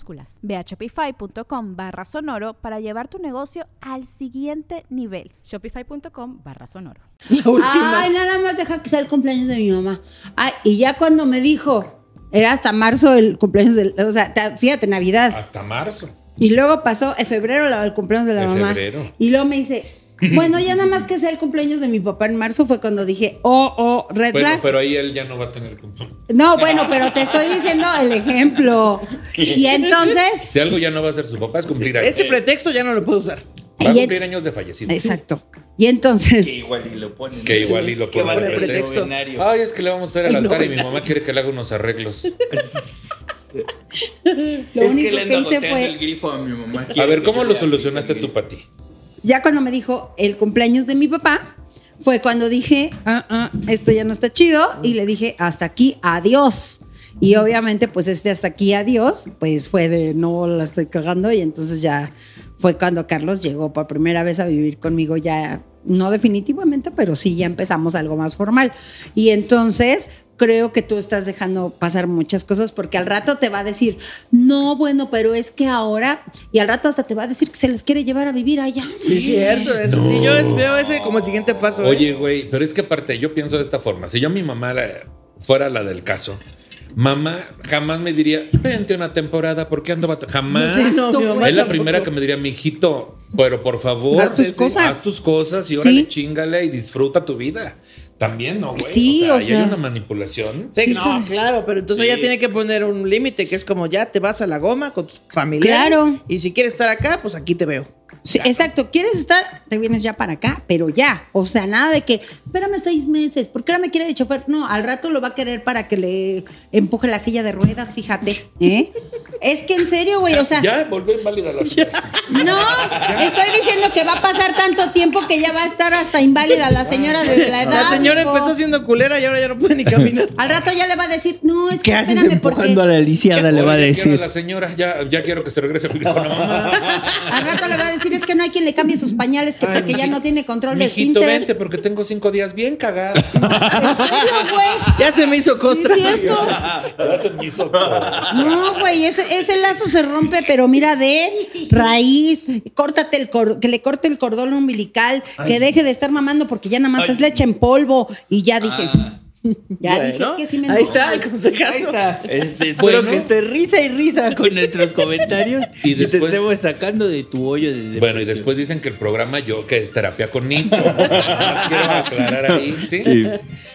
[SPEAKER 8] Ve a shopify.com barra sonoro para llevar tu negocio al siguiente nivel.
[SPEAKER 7] Shopify.com barra sonoro.
[SPEAKER 5] La última.
[SPEAKER 4] Ay, nada más deja que sea el cumpleaños de mi mamá. Ay, y ya cuando me dijo, era hasta marzo el cumpleaños del. O sea, ta- fíjate, Navidad.
[SPEAKER 3] Hasta marzo.
[SPEAKER 4] Y luego pasó en febrero la- el cumpleaños de la
[SPEAKER 3] En
[SPEAKER 4] mamá.
[SPEAKER 3] febrero.
[SPEAKER 4] Y luego me dice, bueno, ya nada más que sea el cumpleaños de mi papá en marzo fue cuando dije, oh, oh, red
[SPEAKER 3] Bueno,
[SPEAKER 4] flag.
[SPEAKER 3] pero ahí él ya no va a tener cumpleaños.
[SPEAKER 4] No, bueno, pero te estoy diciendo el ejemplo. Y entonces.
[SPEAKER 3] Si algo ya no va a ser su papá, es cumplir años.
[SPEAKER 5] Ese pretexto ya no lo puedo usar.
[SPEAKER 3] Va a
[SPEAKER 4] y en-
[SPEAKER 3] cumplir años de fallecido.
[SPEAKER 4] Exacto. Y entonces.
[SPEAKER 2] Que igual y lo ponen.
[SPEAKER 3] Que igual y lo
[SPEAKER 2] Que va a
[SPEAKER 3] ponen
[SPEAKER 2] ser
[SPEAKER 3] de
[SPEAKER 5] pretexto.
[SPEAKER 2] pretexto. novenario.
[SPEAKER 3] Ay, es que le vamos a hacer al altar y mi mamá quiere que le haga unos arreglos.
[SPEAKER 4] Lo
[SPEAKER 2] es que le
[SPEAKER 4] único que
[SPEAKER 2] anda
[SPEAKER 4] hice
[SPEAKER 2] goteando
[SPEAKER 4] fue.
[SPEAKER 2] el grifo a mi mamá.
[SPEAKER 3] A
[SPEAKER 2] Quiere
[SPEAKER 3] ver,
[SPEAKER 2] que
[SPEAKER 3] ¿cómo
[SPEAKER 2] yo
[SPEAKER 3] lo
[SPEAKER 2] le
[SPEAKER 3] solucionaste
[SPEAKER 2] aplique
[SPEAKER 3] tú,
[SPEAKER 2] el
[SPEAKER 3] Pati?
[SPEAKER 4] ya cuando me dijo el cumpleaños de mi papá, fue cuando dije, ah, ah, esto ya no está chido, y le dije, hasta aquí, adiós. Y obviamente, pues este hasta aquí, adiós, pues fue de no la estoy cagando, y entonces ya fue cuando Carlos llegó por primera vez a vivir conmigo, ya no definitivamente, pero sí ya empezamos algo más formal. Y entonces. Creo que tú estás dejando pasar muchas cosas porque al rato te va a decir, no, bueno, pero es que ahora, y al rato hasta te va a decir que se los quiere llevar a vivir allá.
[SPEAKER 5] Sí, es cierto. Eso
[SPEAKER 3] No.
[SPEAKER 5] sí, yo es- veo ese como el siguiente paso. ¿eh?
[SPEAKER 3] Oye, güey, pero es que aparte, yo pienso de esta forma. Si yo mi mamá era- fuera la del caso, mamá jamás me diría, vente una temporada, ¿por qué ando bat-?" Jamás.
[SPEAKER 5] Sí, no, mi mamá
[SPEAKER 3] es la
[SPEAKER 5] tampoco.
[SPEAKER 3] primera que me diría, mijito, pero por favor,
[SPEAKER 4] Haz tus
[SPEAKER 3] sí,
[SPEAKER 4] cosas.
[SPEAKER 3] haz tus cosas y
[SPEAKER 4] Sí.
[SPEAKER 3] órale, chingale y disfruta tu vida. También, ¿no, güey? o
[SPEAKER 4] Sí,
[SPEAKER 3] sea,
[SPEAKER 4] o
[SPEAKER 3] ahí
[SPEAKER 4] sea.
[SPEAKER 3] hay una manipulación.
[SPEAKER 5] Sí, no, claro, pero entonces
[SPEAKER 3] Sí.
[SPEAKER 5] ella tiene que poner un límite que es como ya te vas a la goma con tus familiares.
[SPEAKER 4] Claro.
[SPEAKER 5] Y si quieres estar acá, pues aquí te veo.
[SPEAKER 4] Sí, exacto. ¿Quieres estar? Te vienes ya para acá, pero ya. O sea, nada de que, espérame seis meses, ¿por qué ahora me quiere de chofer? No, al rato lo va a querer para que le empuje la silla de ruedas, fíjate. ¿eh? es que en serio, güey, o sea,
[SPEAKER 3] Ya, volvió inválida la señora.
[SPEAKER 4] no, estoy diciendo que va a pasar tanto tiempo que ya va a estar hasta inválida la señora de la edad.
[SPEAKER 5] La señora
[SPEAKER 4] hijo.
[SPEAKER 5] empezó siendo culera y ahora ya no puede ni caminar.
[SPEAKER 4] Al rato ya le va a decir, no, es que
[SPEAKER 6] ¿Qué haces
[SPEAKER 4] espérame porque...
[SPEAKER 6] empujando a la lisiada? Le va a
[SPEAKER 3] Oye, quiero
[SPEAKER 6] decir.
[SPEAKER 3] La señora, ya, ya quiero que se regrese el micrófono, mamá.
[SPEAKER 4] Al rato le va a decir, es que no hay quien le cambie sus pañales, que
[SPEAKER 3] Ay,
[SPEAKER 4] porque ya
[SPEAKER 3] mijito,
[SPEAKER 4] no tiene control de
[SPEAKER 3] Mijito, vente,
[SPEAKER 4] esfínter.
[SPEAKER 3] porque tengo cinco días bien cagados.
[SPEAKER 4] ¿En serio, güey?
[SPEAKER 5] Ya se me hizo costra.
[SPEAKER 4] Sí, es cierto. No, güey, ese, ese lazo se rompe, pero mira, de raíz, córtate el cor- que le corte el cordón umbilical, que deje de estar mamando porque ya nada más es leche en polvo. Y ya dije,
[SPEAKER 3] Ah.
[SPEAKER 4] ya dije, es que sí me
[SPEAKER 5] Ahí
[SPEAKER 4] enoja.
[SPEAKER 5] está el consejazo.
[SPEAKER 2] Ahí está. Este, espero
[SPEAKER 3] Bueno.
[SPEAKER 2] que esté risa y risa con nuestros comentarios
[SPEAKER 3] Y
[SPEAKER 2] y,
[SPEAKER 3] después-
[SPEAKER 2] te estemos sacando de tu hoyo de
[SPEAKER 3] Bueno, y
[SPEAKER 2] depresión.
[SPEAKER 3] después dicen que el programa yo, que es terapia con nicho. Más quiero aclarar ahí, ¿sí?
[SPEAKER 6] Sí.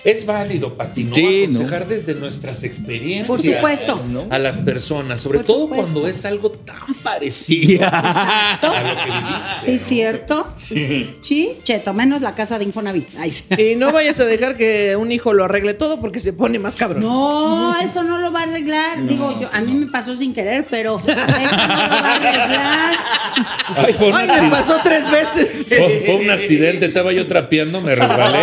[SPEAKER 3] Es válido, Pati, ¿no?
[SPEAKER 6] Sí,
[SPEAKER 3] aconsejar desde nuestras experiencias.
[SPEAKER 4] Por supuesto.
[SPEAKER 2] ¿no?
[SPEAKER 3] A las personas, sobre
[SPEAKER 4] Por
[SPEAKER 3] todo
[SPEAKER 4] supuesto.
[SPEAKER 3] cuando es algo tan parecido a Ah, lo que viviste.
[SPEAKER 4] Sí,
[SPEAKER 3] ¿no?
[SPEAKER 4] cierto. Sí. cheto, menos la casa de Infonavit. Ay, sí.
[SPEAKER 5] Y no vayas a dejar que un hijo lo arregle todo porque se pone más cabrón.
[SPEAKER 4] No, eso no lo va a arreglar. Digo, yo, a mí me pasó sin querer, pero eso no lo va a arreglar.
[SPEAKER 3] Ay, fue, un
[SPEAKER 5] Ay, me
[SPEAKER 3] accidente.
[SPEAKER 5] pasó tres veces.
[SPEAKER 3] Fue- fue un accidente, estaba yo trapeando, me resbalé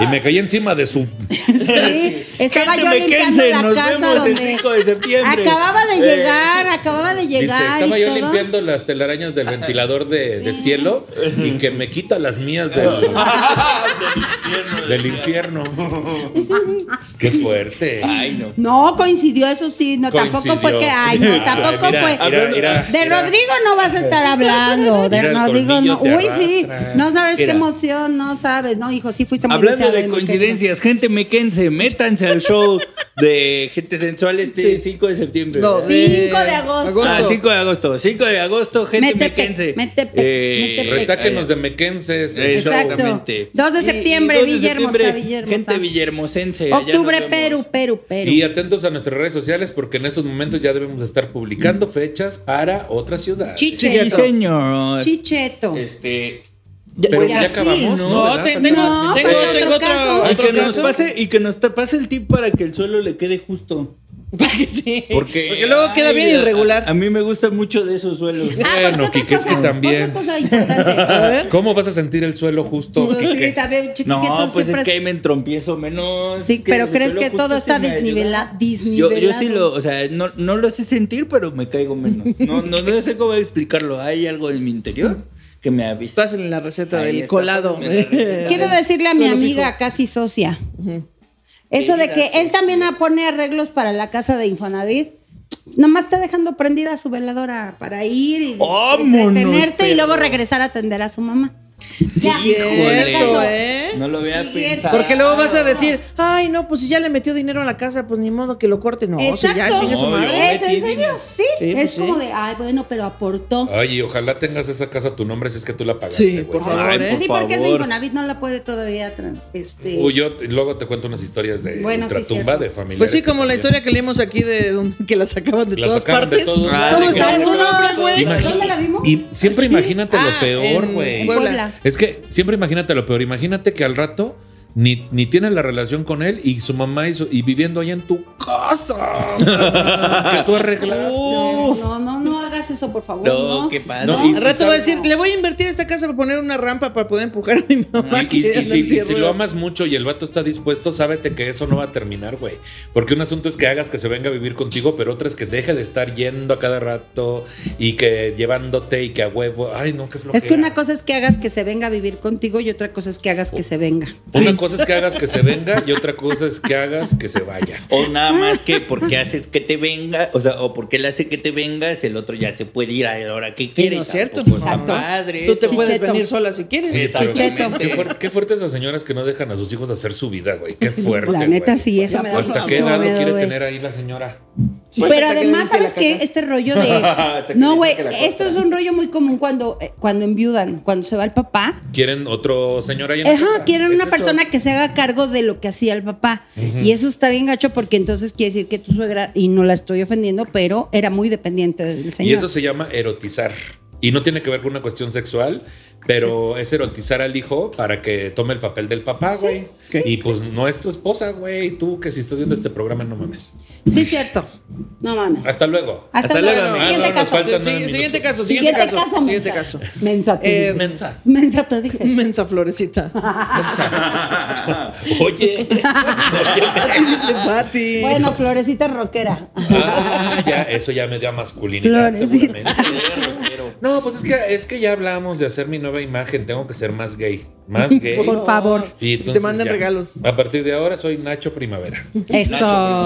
[SPEAKER 3] y me caí encima de su
[SPEAKER 4] Sí, estaba
[SPEAKER 2] Gente
[SPEAKER 4] yo limpiando
[SPEAKER 2] mequense,
[SPEAKER 4] la
[SPEAKER 2] nos
[SPEAKER 4] casa
[SPEAKER 2] vemos el
[SPEAKER 4] donde
[SPEAKER 2] 5 de septiembre.
[SPEAKER 4] acababa de
[SPEAKER 2] Eh,
[SPEAKER 4] llegar, acababa de llegar.
[SPEAKER 3] Dice, estaba
[SPEAKER 4] y
[SPEAKER 3] yo
[SPEAKER 4] todo.
[SPEAKER 3] limpiando las telarañas del ventilador de, de cielo y que me quita las mías del, del infierno. Qué fuerte.
[SPEAKER 2] Ay, no.
[SPEAKER 4] No, coincidió, eso sí, no, tampoco fue
[SPEAKER 3] Coincidió.
[SPEAKER 4] que, ay, no, tampoco
[SPEAKER 3] Mira,
[SPEAKER 4] fue.
[SPEAKER 3] mira, mira,
[SPEAKER 4] de
[SPEAKER 3] mira.
[SPEAKER 4] Rodrigo no vas a estar hablando, de
[SPEAKER 3] Mira, el
[SPEAKER 4] Rodrigo
[SPEAKER 3] tornillo
[SPEAKER 4] no.
[SPEAKER 3] te
[SPEAKER 4] Uy, sí,
[SPEAKER 3] arrastra.
[SPEAKER 4] no sabes qué
[SPEAKER 2] Mira.
[SPEAKER 4] emoción, no sabes, no, hijo, sí fuiste muy
[SPEAKER 2] Hablando
[SPEAKER 4] deseado y
[SPEAKER 2] de
[SPEAKER 4] muy querido.
[SPEAKER 2] coincidencias, gente mequense, métanse al show de Gente Sensual este 5 de septiembre.
[SPEAKER 5] No,
[SPEAKER 2] ¿verdad?
[SPEAKER 5] de-
[SPEAKER 4] 5 de agosto.
[SPEAKER 2] Ah, 5 de agosto. 5 de agosto, gente
[SPEAKER 4] Métete,
[SPEAKER 2] mequense. Eh,
[SPEAKER 4] métete, métete.
[SPEAKER 3] Retáquenos de mequenses. eh.
[SPEAKER 2] Eso.
[SPEAKER 4] Exacto.
[SPEAKER 2] Exactamente.
[SPEAKER 4] 2 de
[SPEAKER 2] Y- y
[SPEAKER 4] septiembre,
[SPEAKER 2] 2 de
[SPEAKER 4] Villahermosa,
[SPEAKER 2] septiembre,
[SPEAKER 4] Villahermosa.
[SPEAKER 2] Gente
[SPEAKER 3] eh,
[SPEAKER 2] villermosense. allá nos
[SPEAKER 4] Octubre,
[SPEAKER 2] vemos.
[SPEAKER 4] Perú, Perú, Perú.
[SPEAKER 3] Y atentos a nuestras redes sociales porque en esos momentos ya debemos de estar publicando fechas para otra ciudad.
[SPEAKER 4] Chiche.
[SPEAKER 2] Sí, sí,
[SPEAKER 4] Cheto.
[SPEAKER 2] señor.
[SPEAKER 4] Chicheto.
[SPEAKER 2] Este.
[SPEAKER 3] Pero
[SPEAKER 4] Pues
[SPEAKER 3] ya
[SPEAKER 4] así,
[SPEAKER 3] acabamos, ¿no?
[SPEAKER 2] No,
[SPEAKER 3] ¿Verdad?
[SPEAKER 2] te- tengo,
[SPEAKER 4] No,
[SPEAKER 2] tengo,
[SPEAKER 4] pero
[SPEAKER 2] tengo
[SPEAKER 4] otro
[SPEAKER 2] otro,
[SPEAKER 4] caso.
[SPEAKER 2] Y
[SPEAKER 3] ¿Otro
[SPEAKER 2] que nos
[SPEAKER 3] caso?
[SPEAKER 2] pase y que nos te pase el tip para que el suelo le quede justo.
[SPEAKER 5] Sí.
[SPEAKER 2] Porque,
[SPEAKER 5] luego queda
[SPEAKER 2] ay,
[SPEAKER 5] bien
[SPEAKER 2] a-
[SPEAKER 5] irregular.
[SPEAKER 2] A, mí me gusta mucho de esos suelos.
[SPEAKER 4] Ah, porque
[SPEAKER 3] Bueno,
[SPEAKER 4] otra
[SPEAKER 3] Kike, es
[SPEAKER 4] cosa,
[SPEAKER 3] que también.
[SPEAKER 4] Otra cosa importante.
[SPEAKER 3] ¿Cómo vas a sentir el suelo justo?
[SPEAKER 4] Pues
[SPEAKER 3] Kike?
[SPEAKER 4] sí, también chiquito
[SPEAKER 2] No, pues es
[SPEAKER 4] siempre
[SPEAKER 2] que ahí me entrompiezo menos.
[SPEAKER 4] Sí, pero
[SPEAKER 2] el
[SPEAKER 4] crees
[SPEAKER 2] suelo
[SPEAKER 4] que
[SPEAKER 2] justo
[SPEAKER 4] todo
[SPEAKER 2] sí
[SPEAKER 4] está
[SPEAKER 2] me ayuda.
[SPEAKER 4] desnivela-
[SPEAKER 2] Yo,
[SPEAKER 4] desnivelado.
[SPEAKER 2] yo sí lo, o sea, no, no lo sé sentir, pero me caigo menos. No, no, no sé cómo explicarlo. Hay algo en mi interior que me avisa.
[SPEAKER 5] Pásenle la receta
[SPEAKER 2] Ahí
[SPEAKER 5] del
[SPEAKER 2] está,
[SPEAKER 5] colado.
[SPEAKER 2] pásenme la receta.
[SPEAKER 4] Quiero decirle a mi
[SPEAKER 5] eh, Solo
[SPEAKER 4] amiga casi socia. Eso de que él también pone arreglos para la casa de Infonavit. Nomás está dejando prendida su veladora para ir y
[SPEAKER 2] ¡Vámonos,
[SPEAKER 4] entretenerte y
[SPEAKER 2] perro!
[SPEAKER 4] luego regresar a atender a su mamá. Ya.
[SPEAKER 5] Híjole,
[SPEAKER 4] Caso.
[SPEAKER 5] ¿eh?
[SPEAKER 2] No lo había
[SPEAKER 4] Siguiente.
[SPEAKER 2] pensado.
[SPEAKER 5] Porque luego vas a decir, ay, no, pues si ya le metió dinero a la casa, pues ni modo que lo corte. No, si ya
[SPEAKER 4] Exacto.
[SPEAKER 5] chingue su
[SPEAKER 2] No,
[SPEAKER 5] madre.
[SPEAKER 2] yo-
[SPEAKER 4] ¿Es en serio? Sí.
[SPEAKER 5] Sí,
[SPEAKER 4] es
[SPEAKER 5] pues
[SPEAKER 4] como
[SPEAKER 5] sí.
[SPEAKER 4] de, ay, bueno, pero aportó.
[SPEAKER 3] Ay, y ojalá tengas esa casa a tu nombre si es que tú la pagaste.
[SPEAKER 5] Sí,
[SPEAKER 3] güey.
[SPEAKER 5] por favor,
[SPEAKER 2] Ay,
[SPEAKER 5] ¿eh?
[SPEAKER 2] por
[SPEAKER 4] sí, porque es de
[SPEAKER 2] favor.
[SPEAKER 4] Infonavit, no la puede todavía. tran- Este,
[SPEAKER 3] Uy, yo te- luego te cuento unas historias de
[SPEAKER 4] Bueno, sí,
[SPEAKER 3] ultratumba
[SPEAKER 4] cierto.
[SPEAKER 3] de familia.
[SPEAKER 5] Pues sí, como la historia que leímos aquí de donde- que la sacaban de
[SPEAKER 3] La
[SPEAKER 5] todas
[SPEAKER 3] sacaban de
[SPEAKER 5] partes.
[SPEAKER 3] todos lados.
[SPEAKER 5] Todo
[SPEAKER 2] Ah,
[SPEAKER 5] está en
[SPEAKER 2] de
[SPEAKER 5] su
[SPEAKER 2] que-
[SPEAKER 5] nombre, güey.
[SPEAKER 4] Imagínate. ¿Dónde la vimos?
[SPEAKER 3] Y siempre imagínate
[SPEAKER 5] Ah,
[SPEAKER 3] lo peor,
[SPEAKER 5] en-
[SPEAKER 3] güey.
[SPEAKER 5] en
[SPEAKER 4] Puebla.
[SPEAKER 3] Es que siempre imagínate lo peor. Imagínate que al rato ni, ni tienes la relación con él y su mamá y, su- y viviendo allá en tu casa. que tú arreglaste.
[SPEAKER 4] No, no, no hagas eso, por favor.
[SPEAKER 2] No,
[SPEAKER 4] No,
[SPEAKER 2] qué padre.
[SPEAKER 3] No, y-
[SPEAKER 5] Al rato va a decir, le voy a invertir a esta casa para poner una rampa para poder empujar a mi mamá.
[SPEAKER 3] Y, y-
[SPEAKER 5] que
[SPEAKER 3] y
[SPEAKER 5] anda
[SPEAKER 3] si,
[SPEAKER 5] en
[SPEAKER 3] si-
[SPEAKER 5] silla
[SPEAKER 3] si
[SPEAKER 5] de
[SPEAKER 3] lo
[SPEAKER 5] ruedas.
[SPEAKER 3] amas mucho y el vato está dispuesto, sábete que eso no va a terminar, güey. Porque un asunto es que hagas que se venga a vivir contigo, pero otro es que deje de estar yendo a cada rato y que llevándote y que a huevo. Ay, no, qué flojera.
[SPEAKER 4] Es que una cosa es que hagas que se venga a vivir contigo y otra cosa es que hagas que se venga.
[SPEAKER 3] Una cosa es que hagas que se venga y otra cosa es que hagas que se vaya.
[SPEAKER 2] O nada más que porque haces que te venga, o sea, o porque él hace que te vengas, el otro ya se puede ir a la hora que quiere.
[SPEAKER 5] no es cierto,
[SPEAKER 2] Tampoco
[SPEAKER 5] pues,
[SPEAKER 2] está
[SPEAKER 5] exacto.
[SPEAKER 2] padre
[SPEAKER 5] Tú te
[SPEAKER 2] eso.
[SPEAKER 5] puedes
[SPEAKER 4] Chicheto.
[SPEAKER 5] venir sola si quieres.
[SPEAKER 3] Oye, pero
[SPEAKER 4] Chicheto.
[SPEAKER 3] Qué, fuerte qué fuertes las señoras que no dejan a sus hijos hacer su vida, güey. Qué fuerte.
[SPEAKER 4] La neta
[SPEAKER 3] güey. pues,
[SPEAKER 4] sí, eso
[SPEAKER 5] O
[SPEAKER 4] me da
[SPEAKER 3] ¿Hasta
[SPEAKER 4] mucho
[SPEAKER 3] qué edad lo
[SPEAKER 4] miedo,
[SPEAKER 3] quiere
[SPEAKER 4] güey.
[SPEAKER 3] tener ahí la señora?
[SPEAKER 5] Pues
[SPEAKER 4] Pero
[SPEAKER 5] hasta que
[SPEAKER 4] además,
[SPEAKER 5] limpie la
[SPEAKER 4] ¿sabes qué?
[SPEAKER 5] caca.
[SPEAKER 4] Este rollo de...
[SPEAKER 2] que
[SPEAKER 4] No,
[SPEAKER 2] le
[SPEAKER 4] güey,
[SPEAKER 2] saque la costra.
[SPEAKER 4] esto es un rollo muy común cuando, eh, cuando enviudan, cuando se va el papá.
[SPEAKER 3] ¿Quieren otro señor ahí en la
[SPEAKER 4] Ajá,
[SPEAKER 3] casa?
[SPEAKER 4] quieren
[SPEAKER 3] ¿Es
[SPEAKER 4] una
[SPEAKER 3] eso?
[SPEAKER 4] persona que se haga cargo de lo que hacía el papá. Y eso está bien gacho porque entonces quiere decir que tu suegra, y no la estoy ofendiendo, pero era muy dependiente del señor.
[SPEAKER 3] Y eso se llama erotizar. Y no tiene que ver con una cuestión sexual, pero es erotizar al hijo para que tome el papel del papá, güey. y pues no es tu esposa, güey. Tú que si estás viendo este programa, no mames.
[SPEAKER 4] Sí, es cierto. No mames.
[SPEAKER 3] Hasta luego.
[SPEAKER 4] Hasta,
[SPEAKER 2] hasta
[SPEAKER 4] luego.
[SPEAKER 2] luego, amigo.
[SPEAKER 4] Siguiente
[SPEAKER 3] Ah, no, nos
[SPEAKER 4] caso.
[SPEAKER 3] faltan
[SPEAKER 5] Sí,
[SPEAKER 3] nueve
[SPEAKER 5] sí, siguiente
[SPEAKER 3] minutos.
[SPEAKER 5] caso, siguiente,
[SPEAKER 4] Siguiente
[SPEAKER 5] caso,
[SPEAKER 4] caso,
[SPEAKER 5] siguiente caso.
[SPEAKER 4] mensa. Mensa te
[SPEAKER 5] Eh,
[SPEAKER 4] dije.
[SPEAKER 3] Mensa.
[SPEAKER 4] Mensa te dije.
[SPEAKER 5] Mensa florecita.
[SPEAKER 3] Oye.
[SPEAKER 5] Así dice Pati.
[SPEAKER 4] Bueno, florecita rockera.
[SPEAKER 3] Ah, ya, eso ya me da masculinidad,
[SPEAKER 4] Flores.
[SPEAKER 3] seguramente. No, pues es que, es que ya hablamos de hacer mi nueva imagen. Tengo que ser más gay. Más gay.
[SPEAKER 4] Por favor.
[SPEAKER 3] Y
[SPEAKER 5] Te
[SPEAKER 3] entonces
[SPEAKER 5] mandan
[SPEAKER 3] ya.
[SPEAKER 5] regalos.
[SPEAKER 3] A partir de ahora soy Nacho Primavera.
[SPEAKER 4] Eso.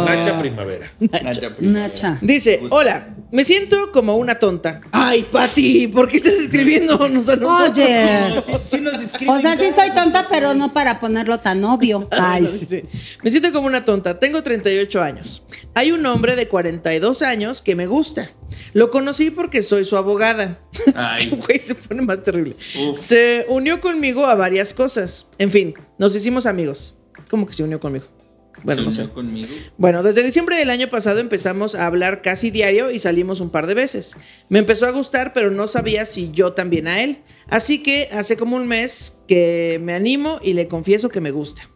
[SPEAKER 3] Nacha Primavera.
[SPEAKER 2] Nacha primero.
[SPEAKER 4] Nacha.
[SPEAKER 5] Dice, hola, me siento como una tonta. Ay, Pati, ¿por qué estás escribiéndonos a nosotros?
[SPEAKER 4] Oye.
[SPEAKER 2] Sí, sí nos escriben
[SPEAKER 4] O sea, sí
[SPEAKER 2] cosas.
[SPEAKER 4] soy tonta, pero no para ponerlo tan obvio. Ay, sí.
[SPEAKER 5] Dice, Me siento como una tonta. Tengo 38 años. Hay un hombre de 42 años que me gusta. Lo conocí porque soy su abogada.
[SPEAKER 2] Ay,
[SPEAKER 5] Güey, se pone más terrible. Se unió conmigo a varias cosas. En fin, nos hicimos amigos. ¿Cómo que se unió conmigo? Bueno, no sé.
[SPEAKER 2] soñó conmigo.
[SPEAKER 5] Bueno, desde diciembre del año pasado empezamos a hablar casi diario y salimos un par de veces. Me empezó a gustar, pero no sabía si yo también a él. Así que hace como un mes que me animo y le confieso que me gusta.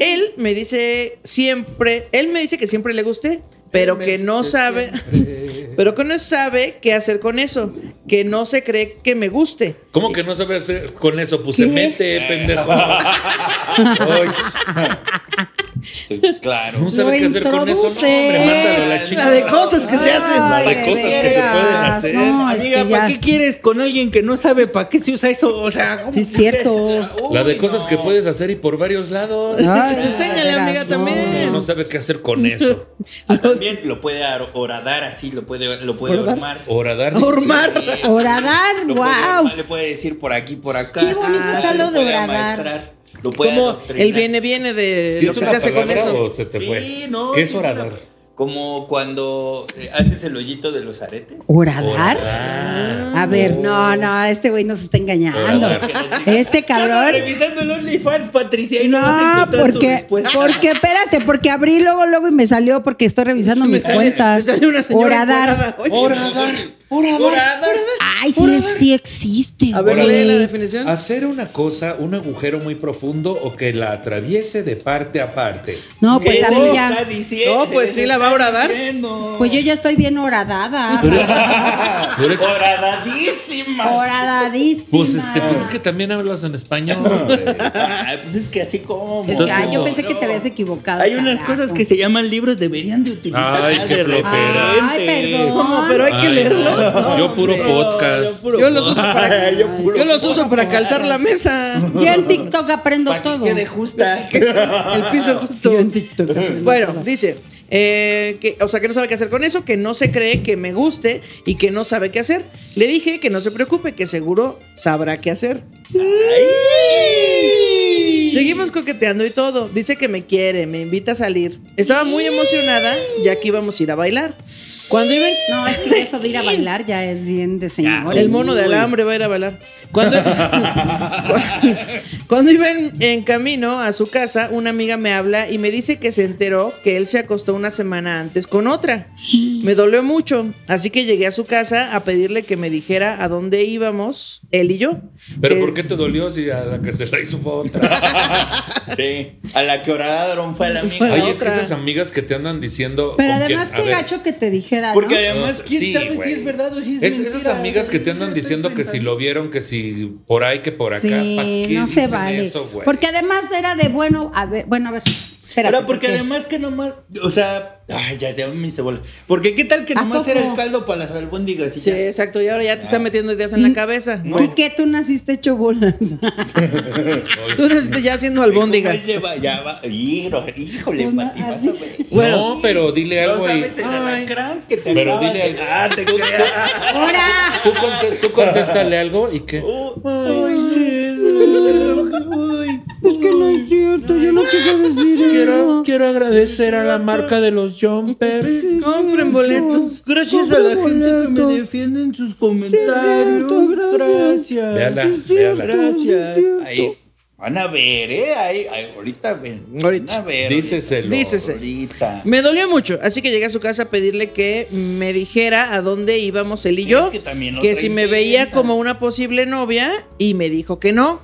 [SPEAKER 5] Él me dice siempre, él me dice que siempre le gusté, pero que no sabe, pero que no sabe qué hacer con eso, que no se cree que me guste.
[SPEAKER 3] ¿Cómo que no sabe hacer con eso? Pues se mete, pendejo.
[SPEAKER 2] Claro.
[SPEAKER 3] No sabe
[SPEAKER 4] Lo
[SPEAKER 3] qué hacer con eso. No, hombre,
[SPEAKER 4] introduces.
[SPEAKER 3] mándalo a la chica.
[SPEAKER 5] La de cosas que se hacen.
[SPEAKER 3] La de
[SPEAKER 4] Ay,
[SPEAKER 3] cosas que se
[SPEAKER 4] vergas.
[SPEAKER 3] pueden hacer.
[SPEAKER 4] No, es
[SPEAKER 2] Amiga,
[SPEAKER 4] que
[SPEAKER 2] ¿para
[SPEAKER 4] ya-
[SPEAKER 2] qué quieres con alguien que no sabe para qué se usa eso? O sea, ¿cómo
[SPEAKER 4] Sí, es
[SPEAKER 2] quieres?
[SPEAKER 4] cierto.
[SPEAKER 2] Uy,
[SPEAKER 3] La de cosas
[SPEAKER 2] no.
[SPEAKER 3] que puedes hacer y por varios lados.
[SPEAKER 4] Ay,
[SPEAKER 5] Enséñale,
[SPEAKER 4] verás,
[SPEAKER 5] amiga,
[SPEAKER 4] no.
[SPEAKER 5] también.
[SPEAKER 3] No sabe qué hacer con eso.
[SPEAKER 2] Ah, también lo puede ar- horadar así, lo puede, lo puede armar.
[SPEAKER 4] Ah,
[SPEAKER 3] Horadar.
[SPEAKER 5] Ormar.
[SPEAKER 4] Horadar,
[SPEAKER 2] Lo puede
[SPEAKER 4] wow.
[SPEAKER 2] armar, le puede decir por aquí, por acá.
[SPEAKER 4] Qué bonito
[SPEAKER 2] Ah,
[SPEAKER 4] está
[SPEAKER 2] se
[SPEAKER 4] lo de
[SPEAKER 2] puede
[SPEAKER 4] horadar.
[SPEAKER 2] amaestrar, Lo puede
[SPEAKER 5] Como
[SPEAKER 2] adoctrinar.
[SPEAKER 5] el viene viene de
[SPEAKER 3] ¿Sí
[SPEAKER 5] lo
[SPEAKER 3] es
[SPEAKER 5] que
[SPEAKER 3] una
[SPEAKER 5] se hace con
[SPEAKER 3] palabra
[SPEAKER 5] eso.
[SPEAKER 3] o se te
[SPEAKER 2] Sí,
[SPEAKER 3] fue?
[SPEAKER 2] no,
[SPEAKER 3] ¿Qué
[SPEAKER 2] sí,
[SPEAKER 3] es
[SPEAKER 2] sí,
[SPEAKER 3] horadar?
[SPEAKER 2] no. Como cuando eh, haces el hoyito de los aretes.
[SPEAKER 4] ¿Horadar?
[SPEAKER 3] Horadar.
[SPEAKER 4] A ver, no, no, este güey nos está engañando.
[SPEAKER 3] Horadar.
[SPEAKER 4] Este
[SPEAKER 2] Anda
[SPEAKER 4] cabrón.
[SPEAKER 2] revisando el OnlyFans, Patricia, y no, vas a
[SPEAKER 4] No,
[SPEAKER 2] encontrar tu
[SPEAKER 4] Ah, porque,
[SPEAKER 2] respuesta.
[SPEAKER 4] porque, espérate, porque abrí luego, luego y me salió porque estoy revisando
[SPEAKER 5] Me
[SPEAKER 4] mis
[SPEAKER 5] sale-
[SPEAKER 4] cuentas.
[SPEAKER 5] me sale una señora
[SPEAKER 4] Horadar.
[SPEAKER 5] encuerada. Oye,
[SPEAKER 2] Horadar.
[SPEAKER 4] Ay, sí, sí existe.
[SPEAKER 5] A ver,
[SPEAKER 4] güey.
[SPEAKER 5] lee Ah, la definición.
[SPEAKER 3] Hacer una cosa, un agujero muy profundo o que la atraviese de parte a parte.
[SPEAKER 4] No, pues a
[SPEAKER 2] Eso
[SPEAKER 4] mí
[SPEAKER 2] está
[SPEAKER 4] ya.
[SPEAKER 2] diciendo,
[SPEAKER 5] No, pues
[SPEAKER 2] se
[SPEAKER 5] sí
[SPEAKER 2] les
[SPEAKER 5] la va a
[SPEAKER 2] está
[SPEAKER 5] horadar.
[SPEAKER 2] diciendo.
[SPEAKER 4] Pues yo ya estoy bien horadada.
[SPEAKER 3] No eres-
[SPEAKER 2] Horadadísima.
[SPEAKER 4] Horadadísima.
[SPEAKER 3] Pues, este, pues es que también hablas en español.
[SPEAKER 2] Ay, pues es que así como.
[SPEAKER 4] Es que, ay, yo pensé que te habías
[SPEAKER 2] No.
[SPEAKER 4] equivocado.
[SPEAKER 2] Hay unas
[SPEAKER 4] carajo.
[SPEAKER 2] cosas que se llaman libros, deberían de utilizar.
[SPEAKER 3] Ay, qué
[SPEAKER 2] de
[SPEAKER 3] flojera.
[SPEAKER 4] Ay,
[SPEAKER 2] repente.
[SPEAKER 4] perdón.
[SPEAKER 5] ¿Cómo? Pero hay que
[SPEAKER 3] Ay,
[SPEAKER 5] leerlos.
[SPEAKER 3] no.
[SPEAKER 5] No,
[SPEAKER 3] Yo puro
[SPEAKER 5] hombre.
[SPEAKER 3] podcast.
[SPEAKER 5] Yo los uso para,
[SPEAKER 2] Ay, yo puro
[SPEAKER 5] yo los uso
[SPEAKER 2] podcast.
[SPEAKER 5] para calzar la mesa.
[SPEAKER 4] Yo en TikTok aprendo
[SPEAKER 2] Para que
[SPEAKER 4] todo.
[SPEAKER 2] quede Pues, justa.
[SPEAKER 5] El piso justo.
[SPEAKER 4] Yo en TikTok aprendo
[SPEAKER 5] Bueno,
[SPEAKER 4] todo.
[SPEAKER 5] dice, eh, que, o sea, que no sabe qué hacer con eso, que no se cree que me guste y que no sabe qué hacer. Le dije que no se preocupe, que seguro sabrá qué hacer. Seguimos coqueteando y todo. Dice que me quiere, me invita a salir. Estaba muy emocionada, ya que íbamos a ir a bailar. Cuando iba en-
[SPEAKER 4] No, es que eso de ir a bailar ya es bien de señores.
[SPEAKER 5] el mono de
[SPEAKER 2] Uy.
[SPEAKER 5] alambre va a ir a bailar. Cuando, cuando iba en, en camino a su casa, una amiga me habla y me dice que se enteró que él se acostó una semana antes con otra. Me dolió mucho, así que llegué a su casa a pedirle que me dijera a dónde íbamos él y yo.
[SPEAKER 3] Pero
[SPEAKER 5] Eh,
[SPEAKER 3] ¿por qué te dolió si a la que se la hizo fue otra?
[SPEAKER 2] Sí. A la que horadaron fue a la amiga.
[SPEAKER 3] Oye, es que
[SPEAKER 5] otra.
[SPEAKER 3] esas amigas que te andan diciendo.
[SPEAKER 4] Pero
[SPEAKER 3] con
[SPEAKER 4] además,
[SPEAKER 3] quién- a
[SPEAKER 4] qué
[SPEAKER 3] ver,
[SPEAKER 4] gacho que te dijera.
[SPEAKER 2] Porque
[SPEAKER 4] Ah, ¿no?
[SPEAKER 2] además,
[SPEAKER 3] No,
[SPEAKER 2] ¿quién
[SPEAKER 3] sí,
[SPEAKER 2] sabe
[SPEAKER 3] güey.
[SPEAKER 2] si es verdad o si es,
[SPEAKER 3] es-
[SPEAKER 2] mentira?
[SPEAKER 3] esas amigas que te andan diciendo que si lo vieron, que si por ahí, que por acá. ¿Pa'
[SPEAKER 4] Sí,
[SPEAKER 3] qué
[SPEAKER 4] no se
[SPEAKER 3] dicen
[SPEAKER 4] vale.
[SPEAKER 3] eso, güey?
[SPEAKER 4] porque además era de bueno, a ver, bueno, a ver. Espérate,
[SPEAKER 2] Ahora, porque
[SPEAKER 4] ¿por qué?
[SPEAKER 2] además que nomás, o sea, ay, ya, ya me hice bola. Porque qué tal que
[SPEAKER 4] ¿A
[SPEAKER 2] nomás
[SPEAKER 4] poco?
[SPEAKER 2] era el caldo para las albóndigas y
[SPEAKER 5] Sí,
[SPEAKER 2] ya? Mm.
[SPEAKER 5] exacto. Y ahora ya te está metiendo ideas en la cabeza.
[SPEAKER 4] ¿Y qué tú naciste hecho bolas?
[SPEAKER 5] Tú te estás ya haciendo
[SPEAKER 2] ¿Cómo
[SPEAKER 5] albóndiga.
[SPEAKER 2] es lleva- ya va- híjole, híjole,
[SPEAKER 4] Pues no,
[SPEAKER 2] Pati, vas a
[SPEAKER 4] así.
[SPEAKER 2] ver.
[SPEAKER 3] no, pero dile
[SPEAKER 2] No
[SPEAKER 3] algo ahí.
[SPEAKER 2] sabes el alacrán que te
[SPEAKER 3] Pero
[SPEAKER 2] acabas
[SPEAKER 3] dile
[SPEAKER 2] de-
[SPEAKER 3] algo.
[SPEAKER 2] Ah, te creas.
[SPEAKER 4] ¡Ahora!
[SPEAKER 3] Tú, conte- tú contéstale algo y que.
[SPEAKER 2] Uh.
[SPEAKER 4] Es que no es cierto, yo no quise decir eso.
[SPEAKER 3] quiero agradecer a la marca de los jumpers.
[SPEAKER 5] Compren boletos.
[SPEAKER 2] Gracias a la gente que me defiende en sus comentarios. gracias.
[SPEAKER 3] Véala, véala.
[SPEAKER 2] Gracias. Ahí. Van a ver, ¿eh? Ahí, ahí, ahorita ven.
[SPEAKER 5] Ahorita.
[SPEAKER 2] Van a ver.
[SPEAKER 3] Díceselo.
[SPEAKER 5] Dícese.
[SPEAKER 2] Ahorita.
[SPEAKER 5] Me dolió mucho, así que llegué a su casa a pedirle que me dijera a dónde íbamos él y
[SPEAKER 2] Es
[SPEAKER 5] yo,
[SPEAKER 2] que también
[SPEAKER 5] que
[SPEAKER 2] otra
[SPEAKER 5] si me
[SPEAKER 2] intensa.
[SPEAKER 5] veía como una posible novia y me dijo que no,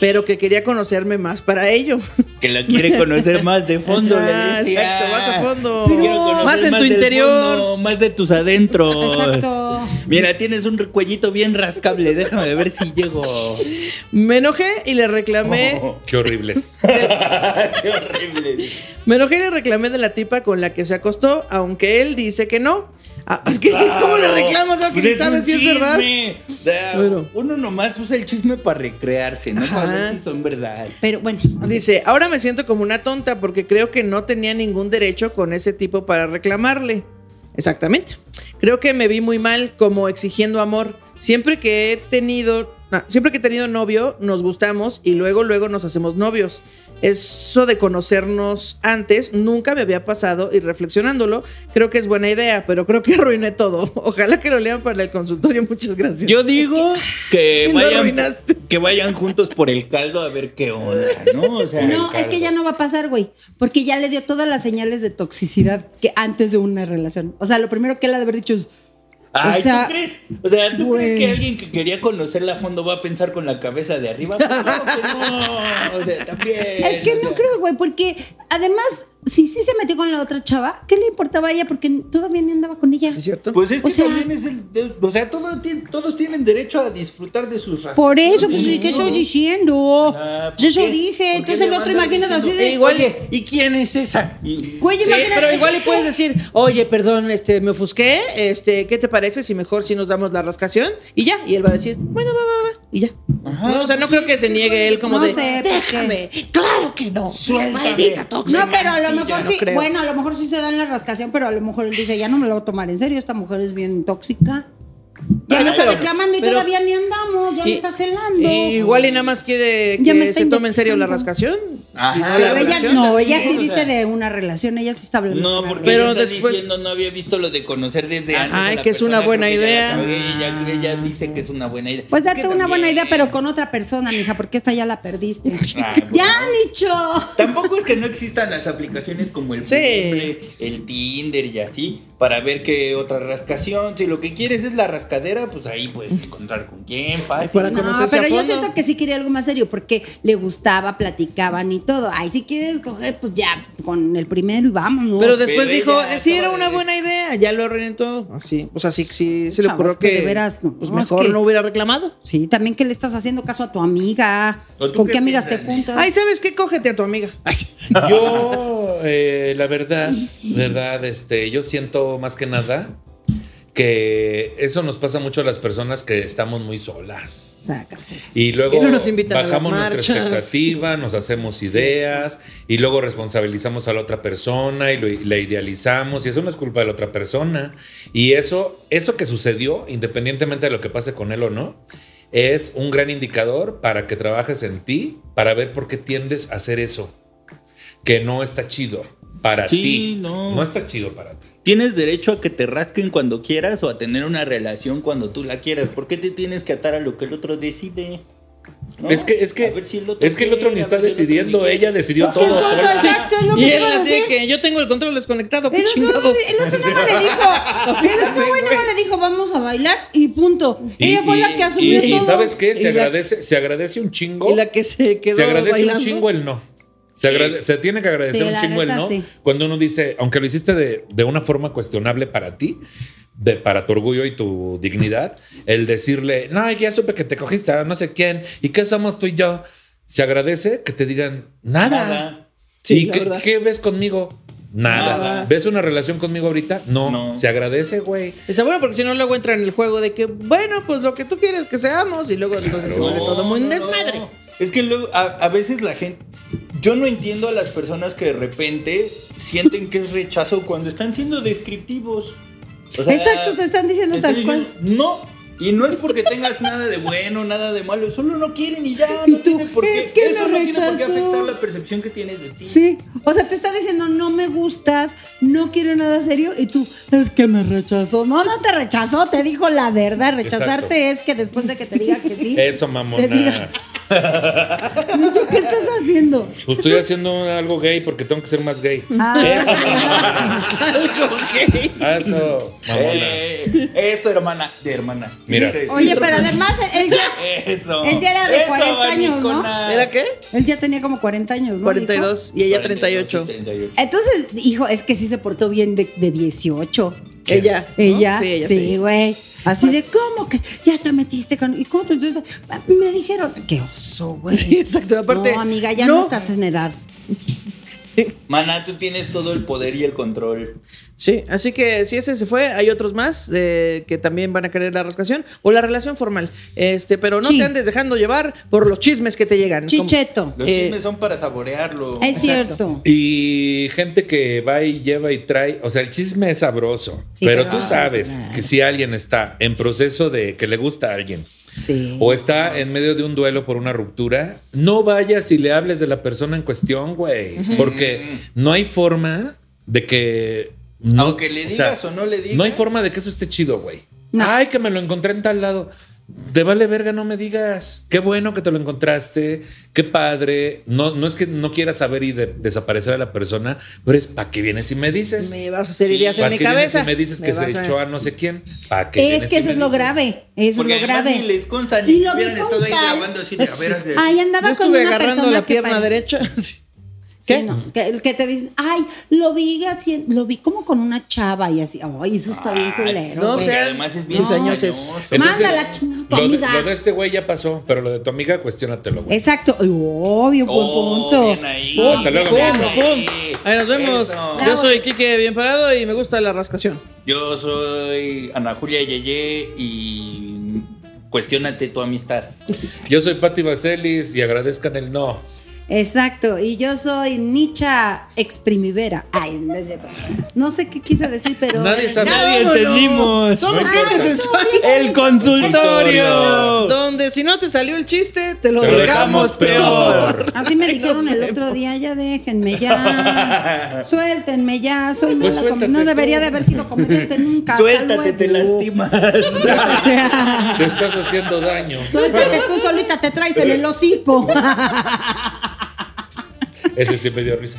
[SPEAKER 5] pero que quería conocerme más para ello.
[SPEAKER 2] Que la quiere conocer más de fondo, le
[SPEAKER 5] Ah,
[SPEAKER 2] decía.
[SPEAKER 5] exacto, vas a fondo.
[SPEAKER 2] Quiero
[SPEAKER 5] Pero-
[SPEAKER 2] conocer
[SPEAKER 5] Más en tu
[SPEAKER 2] del
[SPEAKER 5] interior.
[SPEAKER 2] fondo, más de tus adentros.
[SPEAKER 4] Exacto.
[SPEAKER 2] Mira, tienes un cuellito bien rascable. Déjame ver si llego.
[SPEAKER 5] Me enojé y le reclamé,
[SPEAKER 2] Oh.
[SPEAKER 3] Qué horribles.
[SPEAKER 2] Qué horrible.
[SPEAKER 5] me enojé y le reclamé de la tipa con la que se acostó, aunque él dice que no. Ah, es que sí, ¿cómo le reclamas a
[SPEAKER 2] Pues
[SPEAKER 5] alguien que sabes si es verdad?
[SPEAKER 2] verdad?
[SPEAKER 5] Bueno.
[SPEAKER 2] Uno nomás usa el chisme para recrearse, no para
[SPEAKER 5] Ajá.
[SPEAKER 2] ver si son verdad.
[SPEAKER 4] Pero bueno,
[SPEAKER 5] Dice, ahora me siento como una tonta porque creo que no tenía ningún derecho con ese tipo para reclamarle. Exactamente. Creo que me vi muy mal como exigiendo amor. Siempre que he tenido, ah, siempre que he tenido novio, nos gustamos y luego luego nos hacemos novios. Eso de conocernos antes nunca me había pasado y reflexionándolo, creo que es buena idea, pero creo que arruiné todo. Ojalá que lo lean para el consultorio. Muchas gracias.
[SPEAKER 2] Yo digo que,
[SPEAKER 5] sí lo
[SPEAKER 2] vayan,
[SPEAKER 5] arruinaste.
[SPEAKER 2] que vayan juntos por el caldo a ver qué onda, ¿no? O sea,
[SPEAKER 4] no, es que ya no va a pasar, güey, porque ya le dio todas las señales de toxicidad que antes de una relación. O sea, lo primero que él ha de haber dicho es,
[SPEAKER 2] Ay,
[SPEAKER 4] O sea,
[SPEAKER 2] ¿tú crees? O sea, ¿tú crees
[SPEAKER 4] güey.
[SPEAKER 2] que alguien que quería conocerla a fondo va a pensar con la cabeza de arriba? Claro que no. O sea, también.
[SPEAKER 4] Es que
[SPEAKER 2] o
[SPEAKER 4] no
[SPEAKER 2] sea,
[SPEAKER 4] creo, güey, porque además, si sí se metió con la otra chava, ¿qué le importaba a ella? Porque todavía ni andaba con ella.
[SPEAKER 5] ¿Sí es cierto?
[SPEAKER 2] Pues es que
[SPEAKER 4] O sea-
[SPEAKER 2] también es el. de- o sea, todo ti- todos tienen derecho a disfrutar de sus razones.
[SPEAKER 4] Por eso, pues, ¿qué estoy diciendo?
[SPEAKER 2] Ah,
[SPEAKER 4] Yo eso dije. Entonces el otro, imagínate así de.
[SPEAKER 2] Igual, "Eh, ¿y quién es esa? Y-
[SPEAKER 4] Güey,
[SPEAKER 5] Sí,
[SPEAKER 4] imagínate.
[SPEAKER 5] pero igual
[SPEAKER 4] es
[SPEAKER 5] le
[SPEAKER 4] que-
[SPEAKER 5] puedes decir, oye, perdón, este, me ofusqué, este, ¿qué te parece si mejor si nos damos la rascación? Y ya, y él va a decir, bueno, va, va, va, y ya. No, o
[SPEAKER 2] pues
[SPEAKER 5] sea, no creo que se niegue él como
[SPEAKER 4] No
[SPEAKER 5] de,
[SPEAKER 4] sé, ¿por qué?
[SPEAKER 5] déjame, claro que no,
[SPEAKER 2] Suéltame.
[SPEAKER 5] maldita tóxica.
[SPEAKER 4] No, pero a lo mejor
[SPEAKER 5] no
[SPEAKER 4] sí.
[SPEAKER 5] creo.
[SPEAKER 4] bueno, a lo mejor sí se dan la rascación, pero a lo mejor él dice, ya no me lo voy a tomar en serio, esta mujer es bien tóxica. Ya
[SPEAKER 5] Bueno,
[SPEAKER 4] me está
[SPEAKER 5] pero-
[SPEAKER 4] reclamando y
[SPEAKER 5] pero-
[SPEAKER 4] todavía ni andamos, ya me
[SPEAKER 5] Y-
[SPEAKER 4] está celando.
[SPEAKER 5] y igual y nada más quiere
[SPEAKER 4] Ya me
[SPEAKER 5] que
[SPEAKER 4] está
[SPEAKER 5] se tome en serio la
[SPEAKER 4] investigando.
[SPEAKER 5] rascación.
[SPEAKER 2] Ajá.
[SPEAKER 5] y no la
[SPEAKER 4] Pero ella
[SPEAKER 5] relación
[SPEAKER 4] no,
[SPEAKER 5] también.
[SPEAKER 4] ella sí
[SPEAKER 2] o
[SPEAKER 4] dice
[SPEAKER 2] sea.
[SPEAKER 4] de una relación, ella sí está hablando. de
[SPEAKER 2] No,
[SPEAKER 4] una
[SPEAKER 2] porque
[SPEAKER 5] Pero
[SPEAKER 2] pero está
[SPEAKER 5] después-
[SPEAKER 2] diciendo no había visto lo de conocer desde
[SPEAKER 5] Ajá,
[SPEAKER 2] antes. a la
[SPEAKER 5] que es una
[SPEAKER 2] persona,
[SPEAKER 5] buena
[SPEAKER 2] creo que ya la
[SPEAKER 5] idea.
[SPEAKER 2] cagué, ya- ya dice que es una buena idea.
[SPEAKER 4] Pues
[SPEAKER 2] Es
[SPEAKER 4] date
[SPEAKER 2] que
[SPEAKER 4] una buena
[SPEAKER 2] también-
[SPEAKER 4] idea, pero con otra persona, mija, porque esta ya la perdiste.
[SPEAKER 2] Ah, pues
[SPEAKER 4] ¡Ya,
[SPEAKER 2] no.
[SPEAKER 4] Nicho!
[SPEAKER 2] Tampoco es que no existan las aplicaciones como el
[SPEAKER 5] Sí.
[SPEAKER 2] Bumble, el Tinder y así, para ver qué otra rascación. Si lo que quieres es la rascadera, pues ahí puedes encontrar con quién, fácil.
[SPEAKER 5] Para
[SPEAKER 2] ¿no?
[SPEAKER 4] No,
[SPEAKER 5] conocerse a
[SPEAKER 4] pero yo
[SPEAKER 5] fondo.
[SPEAKER 4] siento que sí quería algo más serio, porque le gustaba, platicaban y todo. Ay, si quieres coger, pues ya con el primero y vámonos.
[SPEAKER 5] Pero después
[SPEAKER 2] Pero
[SPEAKER 5] dijo,
[SPEAKER 2] ella
[SPEAKER 5] eh, sí, era
[SPEAKER 2] acaba de
[SPEAKER 5] una
[SPEAKER 2] decir-
[SPEAKER 5] buena idea, ya lo reventó. Así, o sea, sí, sí, se le
[SPEAKER 4] Chavas,
[SPEAKER 5] ocurrió
[SPEAKER 4] que
[SPEAKER 5] que,
[SPEAKER 4] de veras, no,
[SPEAKER 5] pues
[SPEAKER 4] no, es
[SPEAKER 5] mejor
[SPEAKER 4] que-
[SPEAKER 5] no hubiera reclamado.
[SPEAKER 4] Sí, también que le estás haciendo caso a tu amiga.
[SPEAKER 2] ¿O tú
[SPEAKER 4] ¿Con
[SPEAKER 2] qué
[SPEAKER 4] qué amigas te
[SPEAKER 2] piensas, Nicho?
[SPEAKER 4] juntas?
[SPEAKER 5] Ay, ¿sabes qué? Cógete a tu amiga. Ay, sí.
[SPEAKER 3] Yo, eh, la verdad, verdad, este, yo siento más que nada que eso nos pasa mucho a las personas que estamos muy solas.
[SPEAKER 4] Sácate.
[SPEAKER 3] Y
[SPEAKER 5] Que
[SPEAKER 3] luego
[SPEAKER 5] no nos invitan a las
[SPEAKER 3] bajamos nuestra
[SPEAKER 5] marchas.
[SPEAKER 3] expectativa, nos hacemos ideas y luego responsabilizamos a la otra persona y, lo- y la idealizamos y eso no es culpa de la otra persona. Y eso, eso que sucedió, independientemente de lo que pase con él o no, es un gran indicador para que trabajes en ti, para ver por qué tiendes a hacer eso, que no está chido para
[SPEAKER 2] Sí,
[SPEAKER 3] ti.
[SPEAKER 2] no.
[SPEAKER 3] no está chido para ti.
[SPEAKER 2] Tienes derecho a que te rasquen cuando quieras o a tener una relación cuando tú la quieras. ¿Por qué te tienes que atar a lo que el otro decide? ¿No?
[SPEAKER 3] Es que, es
[SPEAKER 2] A
[SPEAKER 3] que,
[SPEAKER 2] ver si el otro
[SPEAKER 3] es que el otro
[SPEAKER 2] quiere,
[SPEAKER 3] ni
[SPEAKER 2] a
[SPEAKER 3] está
[SPEAKER 2] ver si el otro
[SPEAKER 3] decidiendo,
[SPEAKER 2] ni quiere.
[SPEAKER 3] ella decidió
[SPEAKER 4] Es que
[SPEAKER 3] todo.
[SPEAKER 4] es
[SPEAKER 3] a
[SPEAKER 4] justo,
[SPEAKER 3] fuerza.
[SPEAKER 4] exacto, es lo
[SPEAKER 5] Y
[SPEAKER 4] que
[SPEAKER 5] él
[SPEAKER 4] iba a
[SPEAKER 5] así de
[SPEAKER 4] decir. eh,
[SPEAKER 5] que yo tengo el control desconectado, qué
[SPEAKER 4] El otro,
[SPEAKER 5] chingados.
[SPEAKER 4] el otro nada más le dijo, el otro güey nada más le dijo, vamos a bailar y punto.
[SPEAKER 3] Y-
[SPEAKER 4] Ella fue
[SPEAKER 3] y-
[SPEAKER 4] la que asumió
[SPEAKER 3] y- y
[SPEAKER 4] todo.
[SPEAKER 3] ¿sabes qué?
[SPEAKER 5] Y
[SPEAKER 3] Se
[SPEAKER 5] la-
[SPEAKER 3] agradece, se agradece un chingo.
[SPEAKER 5] Y la que se quedó
[SPEAKER 3] se agradece
[SPEAKER 5] bailando.
[SPEAKER 3] un chingo el no. Se,
[SPEAKER 2] Sí.
[SPEAKER 3] agrade- se tiene que agradecer
[SPEAKER 4] Sí,
[SPEAKER 3] un
[SPEAKER 4] la
[SPEAKER 3] chingo
[SPEAKER 4] neta,
[SPEAKER 3] el no.
[SPEAKER 4] sí.
[SPEAKER 3] Cuando uno dice, aunque lo hiciste de, de una forma cuestionable para ti, de, para tu orgullo y tu dignidad, el decirle, no, ya supe que te cogiste a no sé quién y qué somos tú y yo. Se agradece que te digan nada.
[SPEAKER 2] Nada.
[SPEAKER 5] Sí,
[SPEAKER 3] ¿Y
[SPEAKER 5] la
[SPEAKER 3] qué,
[SPEAKER 5] verdad.
[SPEAKER 3] qué ves conmigo? Nada.
[SPEAKER 2] Nada.
[SPEAKER 3] ¿Ves una relación conmigo ahorita? No.
[SPEAKER 2] No.
[SPEAKER 3] Se agradece, güey.
[SPEAKER 5] Está bueno porque si no luego entra en el juego de que, bueno, pues lo que tú quieres que seamos y luego entonces se
[SPEAKER 3] Claro.
[SPEAKER 5] vuelve todo muy
[SPEAKER 2] no, no.
[SPEAKER 5] desmadre.
[SPEAKER 2] Es que luego, a, a veces la gente. Yo no entiendo a las personas que de repente sienten que es rechazo cuando están siendo descriptivos. O sea,
[SPEAKER 4] Exacto, te están diciendo
[SPEAKER 2] te están
[SPEAKER 4] tal
[SPEAKER 2] diciendo,
[SPEAKER 4] cual.
[SPEAKER 2] No. Y no es porque tengas nada de bueno, nada de malo, solo no quieren y ya.
[SPEAKER 4] Y
[SPEAKER 2] no
[SPEAKER 4] tú,
[SPEAKER 2] tiene por qué-
[SPEAKER 4] es que
[SPEAKER 2] eso
[SPEAKER 4] me
[SPEAKER 2] no tiene por qué
[SPEAKER 4] rechazó.
[SPEAKER 2] afectar la percepción que tienes de ti.
[SPEAKER 4] Sí, o sea, te está diciendo no me gustas, no quiero nada serio y tú es que me rechazó. No, no te rechazó, te dijo la verdad. Rechazarte es que después de que te diga que sí,
[SPEAKER 3] Eso,
[SPEAKER 4] Te
[SPEAKER 3] mamona.
[SPEAKER 4] diga- Nicho, ¿qué estás haciendo?
[SPEAKER 3] Pues estoy haciendo algo gay porque tengo que ser más gay.
[SPEAKER 4] Ah,
[SPEAKER 3] Ah, Eso, mamona.
[SPEAKER 2] Eh, eso, hermana. De hermana.
[SPEAKER 3] Mira.
[SPEAKER 2] Este, sí,
[SPEAKER 4] Oye, pero
[SPEAKER 2] hermana.
[SPEAKER 4] además él ya,
[SPEAKER 2] Eso.
[SPEAKER 4] él ya era de
[SPEAKER 2] Eso,
[SPEAKER 4] 40 años, ¿no?
[SPEAKER 2] abanicona.
[SPEAKER 5] ¿Era qué?
[SPEAKER 4] él ya tenía como 40 años, ¿no?
[SPEAKER 5] 42 y ella
[SPEAKER 2] 42
[SPEAKER 5] 38.
[SPEAKER 2] y 38.
[SPEAKER 4] Entonces, hijo, es que sí se portó bien de, de 18.
[SPEAKER 5] Ella. ¿no?
[SPEAKER 4] Ella,
[SPEAKER 5] Sí, ella
[SPEAKER 4] sí,
[SPEAKER 5] sí. Pues
[SPEAKER 4] güey. Así de, ¿cómo que ya te metiste con.? ¿Y cómo te entonces? Me dijeron, qué oso, güey.
[SPEAKER 5] Sí, exacto. Aparte.
[SPEAKER 4] no, amiga, ya no. estás en edad.
[SPEAKER 2] Mana, tú tienes todo el poder y el control.
[SPEAKER 5] Sí, así que si ese se fue, hay otros más eh, que también van a querer la rascación o la relación formal. Este, pero no
[SPEAKER 4] Sí.
[SPEAKER 5] te andes dejando llevar por los chismes que te llegan.
[SPEAKER 4] Chicheto.
[SPEAKER 2] Los
[SPEAKER 5] Eh,
[SPEAKER 2] chismes son para saborearlo.
[SPEAKER 4] Es cierto.
[SPEAKER 3] Y gente que va y lleva y trae, o sea, el chisme es sabroso,
[SPEAKER 4] Sí,
[SPEAKER 3] pero,
[SPEAKER 4] pero-
[SPEAKER 3] tú sabes que si alguien está en proceso de que le gusta a alguien
[SPEAKER 4] Sí.
[SPEAKER 3] o está en medio de un duelo por una ruptura, no vayas y le hables de la persona en cuestión, güey, porque no hay forma de que no,
[SPEAKER 2] Aunque le digas o no le digas.
[SPEAKER 3] no hay forma de que eso esté chido, güey.
[SPEAKER 4] No.
[SPEAKER 3] Ay, que me lo encontré en tal lado. de vale verga, no me digas. Qué bueno que te lo encontraste, qué padre. No, no es que no quieras saber y de- desaparecer a la persona, pero es para qué vienes y me dices.
[SPEAKER 5] Me vas a hacer
[SPEAKER 3] Sí,
[SPEAKER 5] ideas en
[SPEAKER 3] ¿pa'
[SPEAKER 5] mi
[SPEAKER 3] qué vienes
[SPEAKER 5] cabeza.
[SPEAKER 3] y me dices
[SPEAKER 5] Me
[SPEAKER 3] que
[SPEAKER 5] vas
[SPEAKER 3] se
[SPEAKER 5] a-
[SPEAKER 3] echó a no sé quién. ¿Pa' qué
[SPEAKER 4] Es
[SPEAKER 3] vienes
[SPEAKER 4] que
[SPEAKER 3] y
[SPEAKER 4] eso
[SPEAKER 3] me
[SPEAKER 4] es lo
[SPEAKER 3] dices?
[SPEAKER 4] grave, eso
[SPEAKER 2] Porque
[SPEAKER 4] es lo
[SPEAKER 2] además
[SPEAKER 4] grave.
[SPEAKER 2] ni les consta, ni
[SPEAKER 4] y lo
[SPEAKER 2] hubieran
[SPEAKER 4] que
[SPEAKER 2] estado ahí
[SPEAKER 4] contar-
[SPEAKER 2] grabando así de, a ver, hazle-
[SPEAKER 4] Ay, andaba
[SPEAKER 5] Yo
[SPEAKER 4] con
[SPEAKER 5] estuve
[SPEAKER 4] una
[SPEAKER 5] agarrando
[SPEAKER 4] persona
[SPEAKER 5] la
[SPEAKER 4] que
[SPEAKER 5] pierna
[SPEAKER 4] parece-
[SPEAKER 5] derecha. así.
[SPEAKER 4] Sí,
[SPEAKER 5] ¿Qué?
[SPEAKER 4] no, que, que te dicen, ay, lo vi así, lo vi como con una chava y así, ay, eso está bien culero.
[SPEAKER 5] no
[SPEAKER 4] güey.
[SPEAKER 5] sé.
[SPEAKER 2] Porque además es bien
[SPEAKER 5] Sus años es-
[SPEAKER 2] engañoso.
[SPEAKER 3] Entonces,
[SPEAKER 4] Mándala, ch- tu
[SPEAKER 3] lo de,
[SPEAKER 4] amiga. Eh.
[SPEAKER 3] lo de este güey ya pasó, pero lo de tu amiga, cuestiónatelo, güey.
[SPEAKER 4] Exacto, Ay, obvio, buen
[SPEAKER 2] Oh,
[SPEAKER 4] punto.
[SPEAKER 2] bien ahí,
[SPEAKER 3] Pum, Hasta luego,
[SPEAKER 2] bien
[SPEAKER 3] pum,
[SPEAKER 2] ahí.
[SPEAKER 5] Ahí nos vemos.
[SPEAKER 2] Eso.
[SPEAKER 5] Yo soy Kike Bien Parado y me gusta la rascación.
[SPEAKER 2] Yo soy Ana Julia Yeye y cuestionate tu amistad.
[SPEAKER 3] Yo soy Patti Vaselis y agradezcan el no.
[SPEAKER 4] Exacto, y yo soy Nicha exprimivera. Ay, no es cierto. No sé qué quise decir, pero.
[SPEAKER 3] Nadie sabe.
[SPEAKER 5] Ya
[SPEAKER 3] Nadie
[SPEAKER 5] vámonos.
[SPEAKER 6] entendimos.
[SPEAKER 5] Somos
[SPEAKER 3] No
[SPEAKER 5] gente
[SPEAKER 3] importa.
[SPEAKER 5] sensual.
[SPEAKER 6] El consultorio.
[SPEAKER 5] Donde si no te salió el chiste, te lo
[SPEAKER 3] Te lo
[SPEAKER 5] dejamos
[SPEAKER 3] dejamos
[SPEAKER 5] peor.
[SPEAKER 3] peor.
[SPEAKER 4] Así me dijeron el otro día, ya déjenme, ya. Suéltenme, ya. Soy
[SPEAKER 3] Pues
[SPEAKER 4] mala com-
[SPEAKER 3] suéltate
[SPEAKER 4] No debería
[SPEAKER 3] tú.
[SPEAKER 4] de haber sido comediante nunca. hasta
[SPEAKER 6] Suéltate, te
[SPEAKER 4] luego.
[SPEAKER 6] lastimas.
[SPEAKER 4] O sea,
[SPEAKER 3] Te estás haciendo daño.
[SPEAKER 4] Suéltate, tú solita te traes en el hocico.
[SPEAKER 3] Ese sí me dio risa.